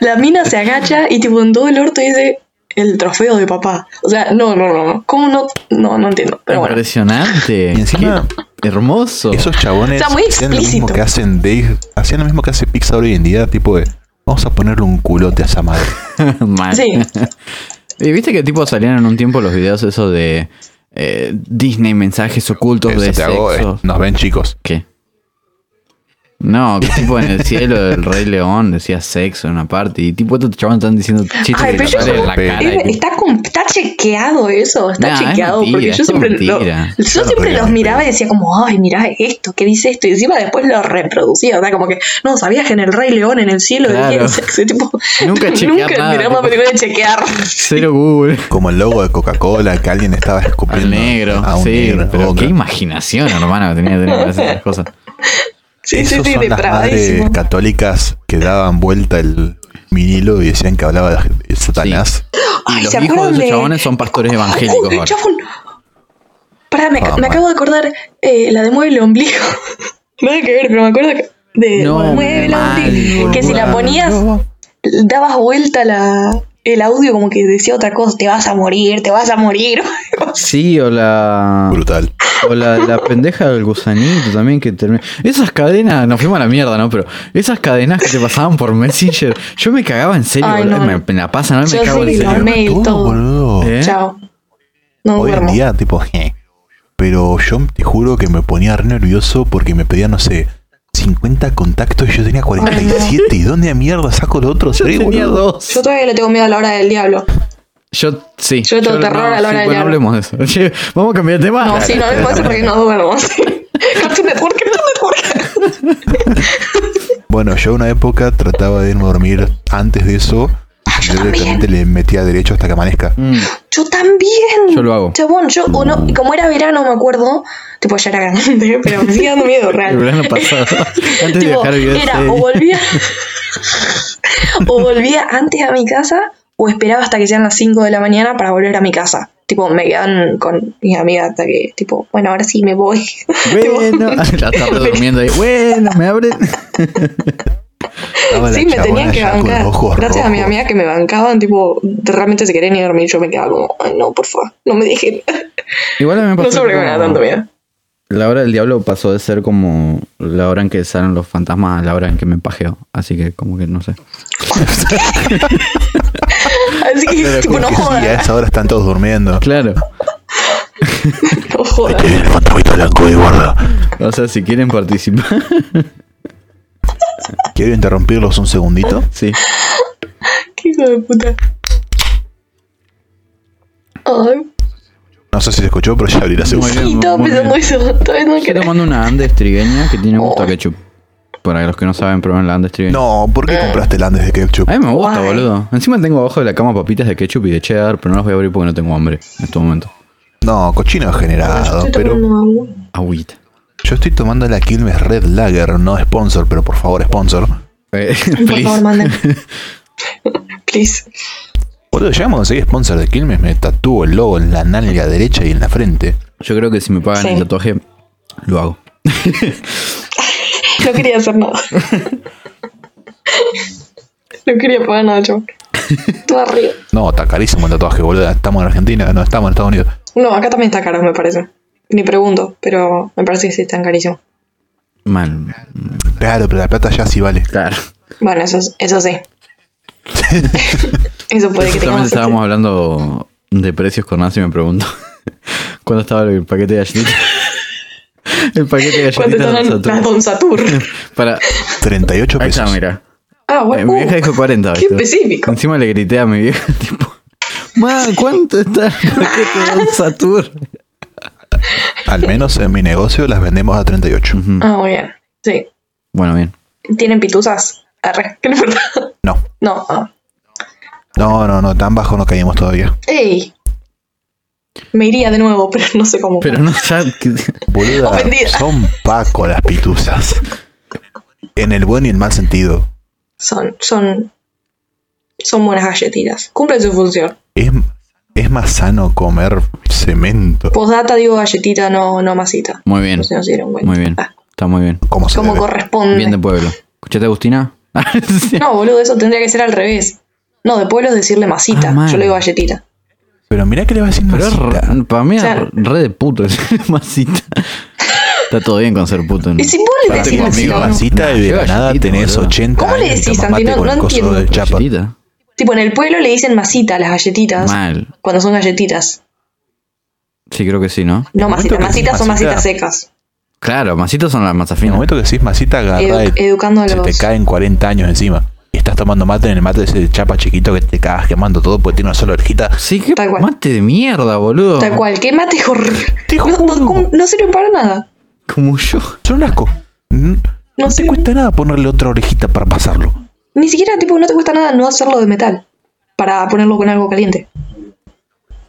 B: La mina se agacha y tipo en todo el orto dice el trofeo de papá. O sea, no, no, no, no. ¿Cómo no? No, no entiendo. Pero bueno.
A: Impresionante.
C: Y encima-
A: Qué hermoso.
C: Esos chabones
B: Está Oh. muy
C: hacían lo mismo
B: explícito.
C: que hacen Dave, hacían lo mismo que hace Pixar hoy en día, tipo de vamos a ponerle un culote a esa madre.
A: [laughs] Mal.
B: Sí.
A: Y viste que tipo salían en un tiempo los videos esos de eh, Disney mensajes ocultos de
C: Eso te hago, eh,
A: sexo.
C: nos ven chicos.
A: ¿Qué? No, que tipo en el cielo del Rey León decía sexo en una parte. Y tipo estos chavos están diciendo chistes que
B: Ay, pero
A: le
B: yo
A: salen en la
C: creo-
A: cara.
B: Es-
A: y-
B: Está, con- está chequeado eso, está
A: Nah, es
B: chequeado,
A: mentira,
B: porque
A: es
B: yo
A: todo
B: siempre, lo-
A: mentira.
B: yo
C: Yo no
B: siempre
C: creo,
B: los
C: no
B: miraba y
C: creo.
B: decía como, ay, mirá esto, ¿qué dice esto? Y encima después lo reproducía, o sea, como que, no, sabías que en el Rey León, en el cielo,
A: Claro.
B: decía [laughs] sexo, tipo,
A: Nunca
B: [laughs]
A: chequear
B: nunca
A: nada,
B: miraba
A: tipo.
B: película de
A: [laughs]
B: chequear.
A: Cero Google.
C: Como el logo de Coca-Cola, que alguien estaba escupiendo.
A: Al negro.
C: A un
A: sí,
C: negro.
A: pero
C: Oh,
A: qué imaginación, hermano, que tenía que tener para hacer esas cosas.
B: Sí, sí,
C: Esos
B: sí,
C: son las madres
B: depravadísimo.
C: católicas que daban vuelta el vinilo y decían que hablaba de de Satanás.
A: Y
B: Ay,
A: los
B: ¿se
A: hijos de
B: acuerdan
A: esos
B: de-
A: chabones son pastores
B: ¡Oh,
A: evangélicos ahora.
B: chabón! Pará, me,
C: Ah,
B: me
C: man.
B: acabo de acordar eh, la de Mueve el Ombligo. [laughs] Nada que ver, pero me acuerdo que- de
A: No,
B: Mueve el
A: mal,
B: Ombligo. Que si la
A: boluda.
B: ponías, dabas vuelta la, el audio como que decía otra cosa, te vas a morir, te vas a morir. [laughs]
A: Sí, o la.
C: Brutal.
A: O la, la pendeja del gusanito también que termina. Esas cadenas, nos fuimos a la mierda, ¿no? Pero esas cadenas que te pasaban por Messenger, yo me cagaba en serio,
B: Ay,
A: boludo.
B: no.
A: Me, me la pasan, no me
B: Yo
A: cago en
B: sí,
A: serio.
B: los mail,
C: Todo,
B: todo.
C: boludo.
A: ¿Eh?
B: Chao. No
C: Hoy en
B: duermo.
C: día, tipo, je. Pero yo te juro que me ponía re nervioso porque me pedían, no sé, 50 contactos y yo tenía 47. ¿Y dónde a mierda saco los otros
A: Yo
C: tres,
A: tenía
C: boludo?
A: dos.
B: Yo todavía le tengo miedo a la hora del diablo.
A: Yo, sí.
B: Yo tengo terror a la hora de
A: bueno,
B: hablar.
A: hablemos de eso. Che, Vamos a cambiar de tema.
B: No, sí, no me puedo hacer porque no duermo. Cartoon Network, Cartoon Network.
C: Bueno, yo una época trataba de irme a dormir antes de eso.
B: Ah, yo
C: Yo directamente le metía derecho hasta que amanezca.
A: Mm,
B: Yo también.
A: Yo lo hago.
B: Chabón, yo, o no, y como era verano, me acuerdo, tipo ya era grande, [laughs] pero me sigue dando
A: [laughs]
B: miedo,
A: el
B: real.
A: verano
B: [laughs]
A: pasado.
C: [laughs]
A: Antes de
B: Tipo,
A: dejar el video.
B: era,
A: sí.
B: o volvía, [laughs] o volvía antes a mi casa, o esperaba hasta que sean las 5 de la mañana para volver a mi casa. Tipo, me quedan con mis amigas hasta que, tipo, bueno, ahora sí me voy.
A: Bueno, [laughs] la tarde durmiendo ahí. Bueno, me abren.
C: Estaba la
B: sí, me
C: chabona
B: tenían que
C: ya con
B: bancar.
C: los ojos
B: Gracias a mis
C: rojos.
B: amigas que me bancaban, tipo, realmente se querían ir a dormir, yo me quedaba como, ay, no, por favor, no me
C: [laughs]
B: dejen.
A: Igual a mí me pasó.
B: No sobre me da
A: como-
B: tanto miedo.
A: La hora del diablo pasó de ser como la hora en que salen los fantasmas a la hora en que me pajeo. Así que como que no sé.
B: Así que, [laughs] tipo, no
C: Porque sí, a
B: jodas,
C: esa hora están todos durmiendo.
A: Claro.
B: no
C: [laughs]
B: jodas.
C: El fantasmita blanco de guarda.
A: O sea, si quieren participar. [laughs]
C: Quiero interrumpirlos un segundito.
A: Sí.
B: Qué hijo de puta. Ay,
C: No sé si se escuchó, pero ya abrí la segunda.
A: Muy bien,
B: sí, estaba
A: muy
B: pensando
A: bien.
B: eso. Todavía no
A: Estoy
B: quería.
A: tomando una Andes trigueña que tiene gusto a ketchup. Para los que no saben, probar la Andes trigueña.
C: No, ¿por
B: Eh.
C: qué compraste el Andes de ketchup?
A: A mí me gusta,
B: Guay.
A: boludo. Encima tengo abajo de la cama papitas de ketchup y de cheddar, pero no las voy a abrir porque no tengo hambre en este momento.
C: No, cochino generado, Ah, pero
A: Agüita. [laughs]
C: yo estoy tomando la Quilmes Red Lager, no sponsor, pero por favor, sponsor.
A: Eh,
B: Por favor,
A: please.
B: manden. Please.
C: Boludo, llegamos a conseguir sponsor de Quilmes, me tatúo el logo en la nalga derecha y en la frente.
A: Yo creo que si me pagan
B: Sí.
A: el tatuaje, lo hago.
B: No quería hacer nada. No quería pagar nada, chabón. Todo arriba.
C: No, está carísimo el tatuaje, boludo. Estamos en Argentina, no estamos en Estados Unidos.
B: No, acá también está caro, me parece. Ni pregunto, pero me parece que sí están carísimos.
A: Mal.
C: Claro, pero la plata ya sí vale. [laughs]
A: Claro.
B: Bueno, eso, es- eso sí. eso puede que
A: Justamente
B: tengamos.
A: estábamos hablando de precios con Nancy y me preguntó [laughs] cuándo estaba el paquete de
B: [laughs]
A: galletitas. El paquete de
B: ¿Cuánto
A: galletitas
B: están
A: Don
B: las- las
A: Saturno.
B: Don Satur?
A: Para.
C: 38
A: Ahí
C: pesos.
A: está, mira.
B: Ah,
A: Eh,
B: bueno.
A: mi vieja
B: uh,
A: dijo 40.
B: qué
A: ¿viste?
B: específico.
A: Encima le grité a mi vieja, [laughs] tipo. Ma, ¿cuánto está [laughs] el paquete de Don Saturno?
C: Al menos en mi negocio las vendemos a 38.
A: Ujú.
B: Ah, muy bien. Sí.
A: Bueno, bien.
B: ¿Tienen pituzas? Arre, que no importa.
C: No,
B: [laughs] No. ah.
C: no, no, no, tan bajo no caímos todavía.
B: ¡Ey! Me iría de nuevo, pero no sé cómo.
A: Pero no, ya. que- [laughs]
C: Boluda,
B: Ofendida.
C: son Paco las pituzas. En el buen y el mal sentido.
B: Son, son, son buenas galletitas. Cumplen su función.
C: Es, es más sano comer cemento.
B: Postdata digo galletita, no, no masita.
A: Muy bien.
B: No sé si no se dieron cuenta.
A: Muy bien.
B: Ah,
A: Está muy bien.
C: Como se
B: como
C: debe.
B: corresponde.
A: Bien de pueblo. ¿Escuchaste, Agustina? [laughs] Sí.
B: No, boludo, eso tendría que ser al revés. No, de pueblo es decirle masita.
A: Ah, mal.
B: Yo le digo galletita.
C: Pero mirá que le va a decir
A: Pero es
C: masita.
A: re- para mí es
B: Claro.
A: re de puto [laughs] es masita. Está todo bien con ser puto. ¿no?
B: Y si vos le
A: Aparte
B: decís
C: Tengo
A: conmigo,
B: masita,
C: amigos
B: ¿no?
C: masita y de
A: Qué
C: la nada
A: galletita,
C: tenés
A: boludo.
C: 80
B: ¿Cómo le
C: años y
B: decís,
C: tomate
B: Santi? No-
C: con el
B: no
C: coso
B: entiendo.
C: de chapa.
A: Galletita.
B: tipo, en el pueblo le dicen masita a las galletitas
A: Mal.
B: cuando son galletitas.
A: Sí, creo que sí, ¿no?
B: No
C: El momento
B: masitas.
C: que decís
B: Masitas son
C: masita-
B: masitas secas.
A: Claro, masitos son las masas
C: En el
A: finas.
C: momento que decís masita, agarrá
B: Edu-
C: y
B: educando a
C: se
B: los.
C: te caen 40 años encima. Y estás tomando mate en el mate de ese chapa chiquito que te cagas quemando todo porque tiene una sola orejita.
A: Sí, qué
B: Tal cual.
A: mate de mierda, boludo.
B: Tal cual, qué mate horrible.
C: Te
B: No, no,
C: juro.
B: ¿cómo? no sirven para nada.
A: Como yo.
C: Son un asco. Mm,
B: No
C: No te
B: sé.
C: cuesta nada ponerle otra orejita para pasarlo.
B: Ni siquiera, tipo, no te cuesta nada no hacerlo de metal para ponerlo con algo caliente.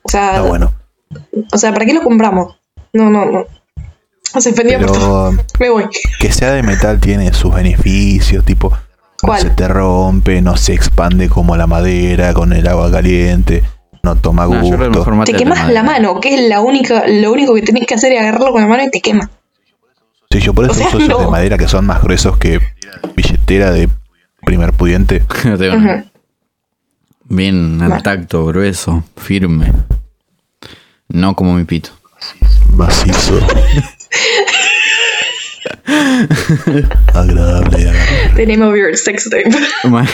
B: O sea,
C: Está
A: Ah,
C: bueno.
B: o sea ¿para qué lo compramos? No, no, no. Se ofendió por todo.
A: um,
C: Pero
B: Me voy.
C: que sea de metal tiene sus beneficios, tipo.
B: ¿Cuál?
C: No se te rompe, no se expande como la madera con el agua caliente, no toma
A: No, yo
C: gusto.
A: creo que el mejor mate
B: Te
A: es el de eh.
B: quemas la
A: madera.
B: mano, que es la única, lo único que tenés que hacer es agarrarlo con la mano y te quema.
C: Sí, yo por eso
B: O sea,
C: uso esos
B: no.
C: de madera que son más gruesos que billetera de primer pudiente.
A: [laughs] No te digo
B: Ujú.
A: nada. Bien al
B: Mal.
A: tacto, grueso, firme. No como mi
B: [laughs]
A: pito.
C: Macizo. Agradable de agarrar.
B: The name of your sex tape.
A: Mal.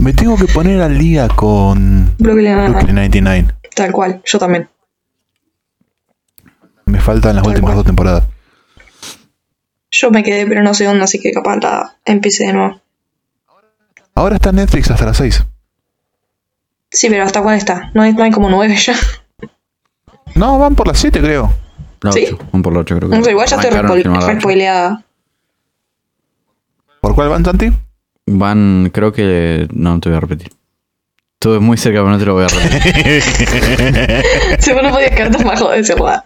C: Me tengo que poner al día con
B: [laughs] Brooklyn, ah,
C: Brooklyn 99.
B: Tal cual, yo también.
C: Me faltan las últimas dos temporadas.
B: Yo me quedé, pero no sé dónde, así que capaz la empecé de nuevo.
C: Ahora está en Netflix hasta las 6.
B: Sí, pero ¿hasta cuál está? No hay, no hay como nueve ya.
C: No, van por las 7 creo.
A: La
B: Sí.
A: ocho, Un por la 8, creo que.
B: No sé, [laughs] igual ya estoy
A: Arrancaron a filmar la
B: respo-
A: ocho.
B: respoileada. [laughs]
C: ¿Por cuál van, Santi?
A: Van, creo que. No, no te voy a repetir. Estuve muy cerca, pero no te lo voy a repetir.
B: Si vos no podías quedar tan bajo de cerrada.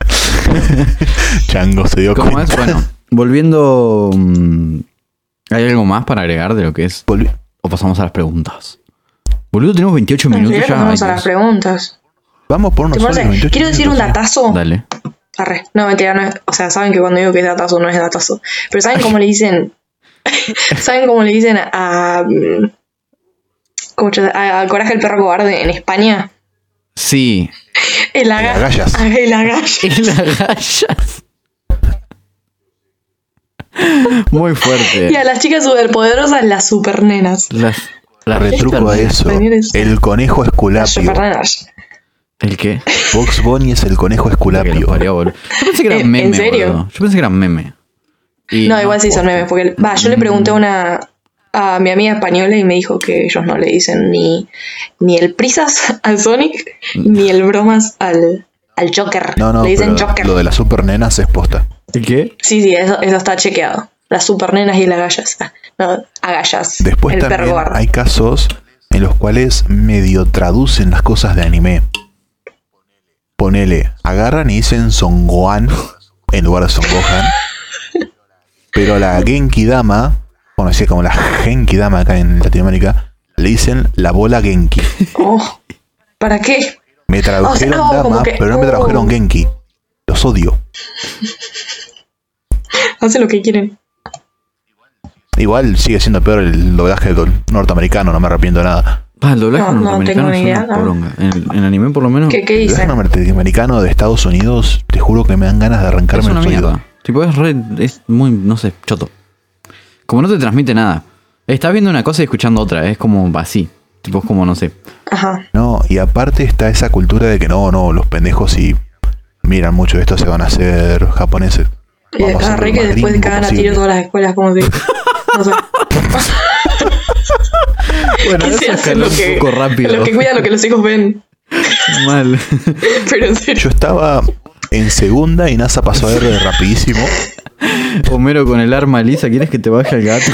C: Chango se dio
A: ¿Cómo
C: cuenta.
A: es? Bueno, volviendo. mm, ¿Hay algo más para agregar de lo que es?
C: Volvi-
A: ¿O pasamos a las preguntas? Boludo, tenemos 28
B: En
A: minutos
B: realidad
A: ya. Ah,
B: vamos a
A: Ay,
B: las
A: Dios.
B: preguntas.
C: Vamos por unos
B: ¿Te parece?
C: soles, 28
B: Quiero decir un
C: minutos, ¿eh?
B: datazo.
A: Dale.
B: Arre. No, mentira, no es. O sea, saben que cuando digo que es datazo no es datazo. Pero ¿saben cómo
A: [laughs]
B: le dicen? ¿Saben cómo le dicen a. mm, ¿cómo se llama? a, a Coraje el perro cobarde en España?
A: Sí. [laughs]
B: El aga-
C: El agallas.
B: Ah, [laughs] El agallas.
A: En las
B: [laughs]
A: gallas. Muy
B: Y
A: fuerte.
B: a las chicas superpoderosas, las supernenas.
A: Las, las
C: Retruco a eso.
B: Señores.
C: El conejo
B: Las
C: esculapio.
B: supernenas.
A: ¿El qué?
C: Box Bunny es el conejo
A: Que lo
C: esculapio.
A: parió, boludo. Yo pensé que era
B: Eh,
A: meme.
B: ¿en serio?
A: boludo. Yo pensé que era meme. Y
B: No, igual sí son
A: posta.
B: memes. Porque, va, yo le pregunté a una. A mi amiga española y me dijo que ellos no le dicen ni, ni el prisas [laughs] al Sonic ni el bromas al, al Joker.
C: Mm. No, no,
B: le dicen
C: pero
B: Joker.
C: lo de las super nenas es posta.
A: ¿El qué?
B: Sí, sí, eso, eso está chequeado. Las supernenas y las gallas. Ah, No, agallas.
C: Después
B: el perro
C: también
B: gordo.
C: hay casos en los cuales medio traducen las cosas de anime. Ponele, agarran y dicen Son Gohan en lugar de Son Gohan. pero a la Genki Dama, conocida como la Genki Dama acá en Latinoamérica, le dicen la bola Genki.
B: Oh, ¿Para qué?
C: Me
B: [laughs]
C: tradujeron
B: O sea, oh, como
C: Dama,
B: que-
C: pero no me tradujeron
B: oh.
C: Genki. Los odio.
B: Hacen lo que quieren.
C: Igual sigue siendo peor el doblaje del norteamericano, no me arrepiento de nada.
A: Ah, el doblaje
B: No, no
A: norteamericano
B: tengo ni
A: es
B: idea,
A: una
B: no.
C: Mm,
A: poronga. En, en anime, por lo menos.
C: [laughs]
B: ¿Qué, qué
C: El doblaje
B: dicen?
C: norteamericano de Estados Unidos, te juro que me dan ganas de
A: Es
C: arrancarme
A: una
C: el oído.
A: mierda. Tipo, es re- es muy, no sé, choto. Como no te transmite nada. Estás viendo una cosa y escuchando otra, es como así. Tipo, es como, no
B: [laughs]
A: sé.
B: Ajá.
C: No, y aparte está esa cultura de que no, no, los pendejos si miran mucho esto se van a hacer japoneses.
B: Y
C: Vamos a
B: acá
C: hacer
B: Ah, re
C: lo
B: que
C: más
B: después
C: gringo
B: cagan a
C: posible.
B: tiro todas las escuelas, como
C: [laughs]
B: que. No sé.
A: Bueno,
B: ¿Qué se hace? Lo que,
A: un poco rápido.
B: lo que cuida lo que los hijos ven.
A: [laughs]
B: [laughs]
A: Mal.
B: Pero en serio.
C: Yo estaba en segunda y NASA pasó a ver rapidísimo.
A: Homero con el arma lisa, ¿quieres que te baje el gato?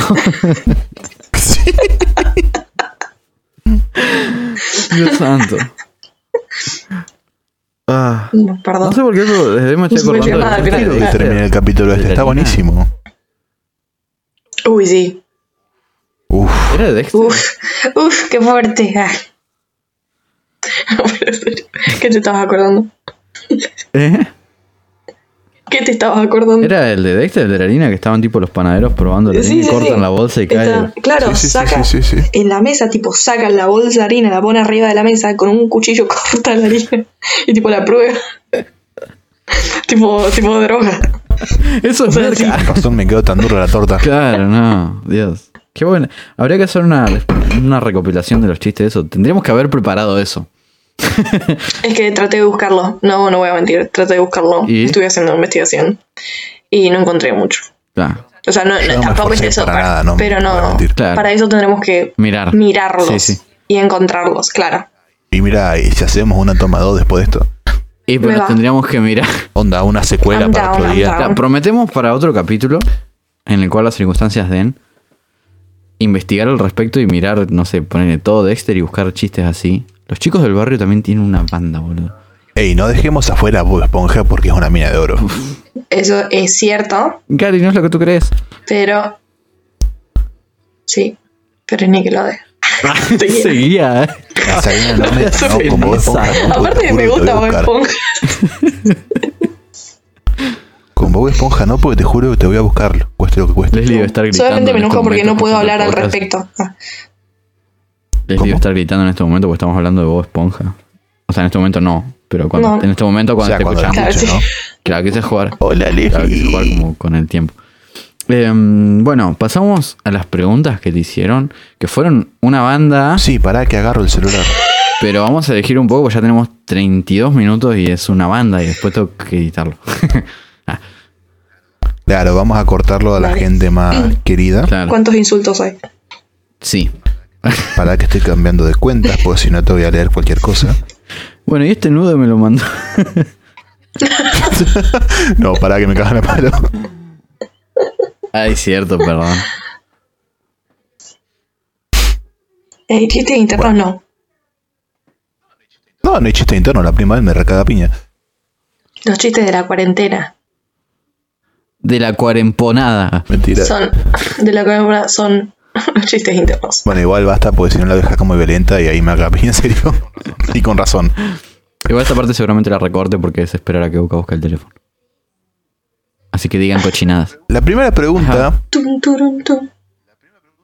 A: Dios santo. Ah.
B: No,
A: No
B: perdón.
A: sé por qué, pero desde me estoy
B: No se me
A: acordando.
B: llega
A: de-
B: nada al
C: Y
B: final.
C: terminé el capítulo este. Está buenísimo.
B: Uy, sí.
C: Uf,
A: ¿Era de Dexter?
B: Uf, uf, qué fuerte. Ah. No, pero en serio. [laughs] ¿Qué te estabas acordando?
A: ¿Eh?
B: ¿Qué te estabas acordando?
A: ¿Era el de Dexter, el de la harina que estaban tipo los panaderos probando la harina
B: Sí,
A: y
B: sí,
A: cortan
B: sí.
A: la bolsa y cae?
B: Está- claro,
C: Sí, sí, sí,
B: saca
C: sí, sí, sí.
B: en la mesa, tipo, saca la bolsa de harina, la pone arriba de la mesa, con un cuchillo [laughs] corta la harina y tipo la prueba. [laughs] tipo, tipo droga.
A: Eso es
B: O sea,
A: merca.
C: con razón me quedó tan dura la torta.
A: Claro, no, Dios. Qué bueno. Habría que hacer una, una recopilación de los chistes de eso. Tendríamos que haber preparado eso.
B: Es que traté de buscarlo. No, no voy a mentir, traté de buscarlo.
A: ¿Y?
B: Estuve haciendo investigación y no encontré mucho.
A: Claro,
B: O sea, no,
C: Yo
B: no,
C: no me
B: tampoco es
C: esforcé
B: eso.
C: para
B: para-
C: nada, no,
B: pero
C: no voy a
B: no,
C: mentir.
A: Claro.
B: para eso tendremos que
A: mirar.
B: mirarlos
A: Sí, sí.
B: y encontrarlos, claro.
C: Y mira, y si hacemos una toma 2 después de esto.
A: Y
B: Me
A: pero
B: va.
A: tendríamos que
B: [laughs]
A: mirar.
C: Onda, una secuela
B: I'm
C: para
B: down,
C: otro
B: I'm
C: día.
B: down.
A: Claro, prometemos para otro capítulo en el cual las circunstancias den investigar al respecto y mirar, no sé, ponerle todo Dexter y buscar chistes así. Los chicos del barrio también tienen una banda, boludo.
C: Ey, no dejemos afuera a Bob Esponja porque es una mina de oro.
B: Eso es cierto,
A: Gary, no es lo que tú
C: [laughs]
A: crees.
B: pero. Sí, pero es Nickelodeon. Seguía.
A: Seguía, eh.
C: La Sabrina no
B: [laughs]
C: me no, con Bob Esponja. no, porque
B: Aparte
C: te
B: me
C: juro que te
B: gusta
C: voy a
B: Bob
C: buscar.
B: Esponja.
C: Con Bob Esponja no, porque te juro que te voy a buscarlo. Cueste lo que cueste.
A: Leslie debe estar gritando.
B: Solamente me
A: en este
B: enojo porque
A: momento
B: no puedo
A: escuchando
B: hablar al
A: podcast.
B: respecto. Ah,
A: Les
C: ¿Cómo?
A: digo estar gritando en este momento porque estamos hablando de Bob Esponja. O sea, en este momento no, pero cuando
B: No.
A: en este momento
C: O
A: cuando
C: sea,
A: esté
C: cuando la
A: escuchando.
B: Claro,
C: escuche,
B: sí.
C: ¿no?
A: Claro, quise jugar.
B: [laughs]
C: Hola,
A: Claro, quise jugar
C: Leslie.
A: como con el tiempo. Eh, bueno, pasamos a las preguntas que te hicieron, que fueron una banda,
C: Sí, pará que agarro el celular.
A: pero vamos a elegir un poco, porque ya tenemos 32 minutos y es una banda y después tengo que editarlo. [laughs]
C: Claro, vamos a cortarlo a la
B: Vale.
C: gente más querida.
A: claro.
B: ¿Cuántos insultos hay?
A: Sí.
C: Pará que estoy cambiando de cuentas, porque si no te voy a leer cualquier cosa. [laughs]
A: Bueno, y este nudo me lo mandó. [laughs]
C: No, pará que me cagan la palo.
A: Ay, cierto, perdón.
B: Eh, chistes internos no.
C: No, no hay chiste interno, la prima de él me recaga piña.
B: Los chistes de la cuarentena
A: De la cuaremponada.
C: Mentira.
B: son. De la cuarentena son [laughs] los chistes internos.
C: Bueno, igual basta, porque si no la dejas como violenta y ahí me haga piña, en serio. [laughs] Y con razón.
A: Igual esta parte seguramente la recorte porque es esperar a que Boca busque el teléfono. Así que digan cochinadas.
C: La primera pregunta,
B: Tum, turum, tum.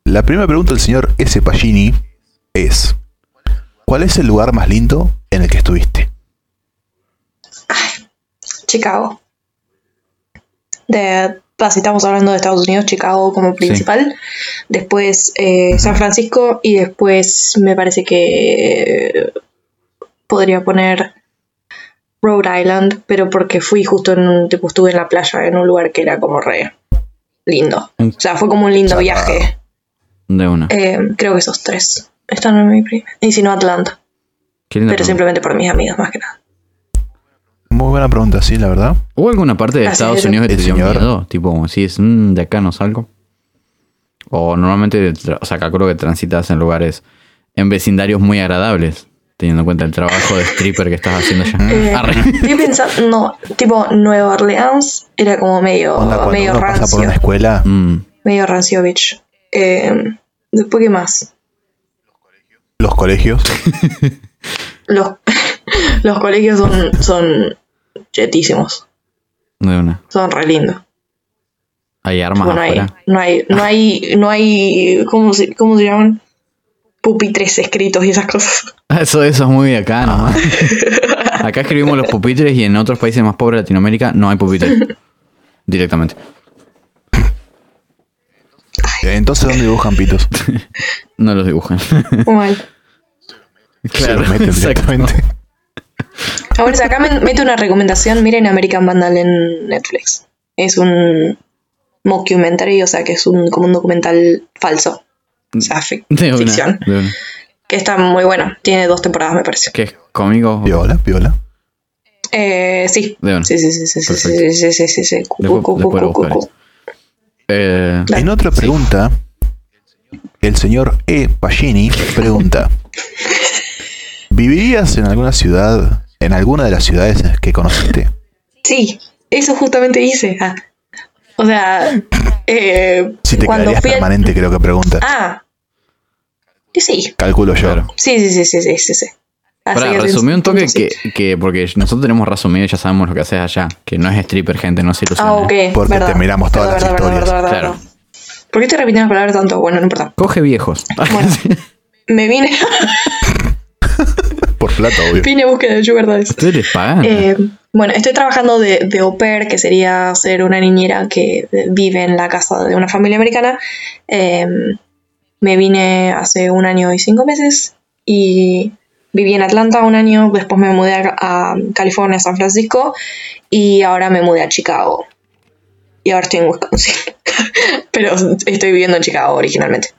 C: la primera pregunta del señor S. Pagini es: ¿Cuál es el lugar más lindo en el que estuviste?
B: Chicago. De, bah, si estamos hablando de Estados Unidos, Chicago como principal. Después eh, San Francisco y después me parece que eh, podría poner Rhode Island, pero porque fui justo en un, tipo, estuve en la playa, en un lugar que era como re lindo. O sea, fue como un lindo viaje.
A: De una.
B: Eh, creo que esos tres están en mi primera. Y si no, Atlanta.
A: Qué linda pregunta.
B: Pero simplemente por mis amigos, más que nada.
C: Muy buena pregunta, sí, la verdad.
A: ¿Hubo alguna parte de
B: Así
A: Estados
B: es.
A: Unidos que te
C: El
A: dio
C: señor.
A: miedo? Tipo, como si es "Mm, de acá no salgo. O normalmente, tra- o sea, calculo que transitas en lugares, en vecindarios muy agradables, teniendo en cuenta el trabajo de stripper que estás haciendo
B: Eh, [laughs]
A: ya. Arre.
B: Estoy pensando, no, tipo Nueva Orleans era como medio,
C: Onda, cuando
B: medio
C: uno pasa por
B: rancio,
C: una escuela,
A: Mm.
B: medio rancio, bitch. Eh, después, ¿qué más?
C: los colegios.
B: Los, [laughs] los colegios son, son chetísimos,
A: De una.
B: son re lindos.
A: Hay armas
B: Tipo, No hay,
A: afuera. [laughs]
B: no hay, no hay, no hay, ¿cómo se, cómo se llaman?
C: [laughs]
B: Pupitres escritos y esas cosas.
A: Eso, eso es muy acá nomás. [laughs] Acá escribimos los pupitres y en otros países más pobres de Latinoamérica no hay pupitres. Directamente.
C: eh, Entonces, ¿dónde
A: [laughs]
C: dibujan pitos?
A: No los [laughs] dibujan.
B: Mal.
C: Se los meten
A: exacto.
C: directamente.
B: A ver, si acá me- mete una recomendación, miren American Vandal en Netflix. Es un mockumentary, o sea que es un, como un documental falso. O
A: Mm.
B: sea, fic-
A: De una,
B: ficción.
A: de una.
B: Que está muy bueno. Tiene dos temporadas, me parece.
A: ¿Qué es cómico?
C: Viola, viola.
B: Eh, sí.
A: De una.
B: Sí, sí, sí, sí, sí,
A: Perfecto.
B: sí, sí, sí, sí, sí. Cu,
A: Después-
B: cu, cu,
A: después lo
B: cu, cu,
A: buscaré.
B: cu.
A: Eh,
B: Claro.
C: En otra pregunta, el señor E. Pagini pregunta: ¿Vivirías en alguna ciudad, en alguna de las ciudades que conociste?
B: Sí, eso justamente hice. Ah. O sea, eh,
C: Si te
B: cuando
C: quedarías
B: fui al-
C: permanente, creo que pregunta.
B: Ah. Y Sí,
C: Calculo yo.
A: Claro.
B: sí, sí, sí, sí, sí, sí. sí. Así
A: Pará,
B: que es-
A: resumí un toque
B: punto sí.
A: que, que- porque nosotros tenemos resumido y ya sabemos lo que haces allá. Que no es stripper, gente, no se ilusionen.
B: Ah, ok.
C: pues, Porque
B: verdad.
C: te miramos todas
B: Verdad,
C: las
B: verdad,
C: historias.
B: verdad, verdad,
A: Claro.
B: verdad. ¿Por qué te repitiendo las palabras tanto? Bueno, no importa.
A: Coge viejos.
B: [laughs] Bueno. Me vine, [laughs]
C: Por plata, obvio.
B: vine a búsqueda de sugar
A: [laughs]
B: daddies.
A: Ustedes les pagan.
B: Eh, bueno, estoy trabajando de, de au pair, que sería ser una niñera que vive en la casa de una familia americana. Eh, me vine hace un año y cinco meses y viví en Atlanta un año, después me mudé a, a California, San Francisco y ahora me mudé a Chicago. Y ahora estoy en Wisconsin, [laughs] pero estoy viviendo en Chicago originalmente.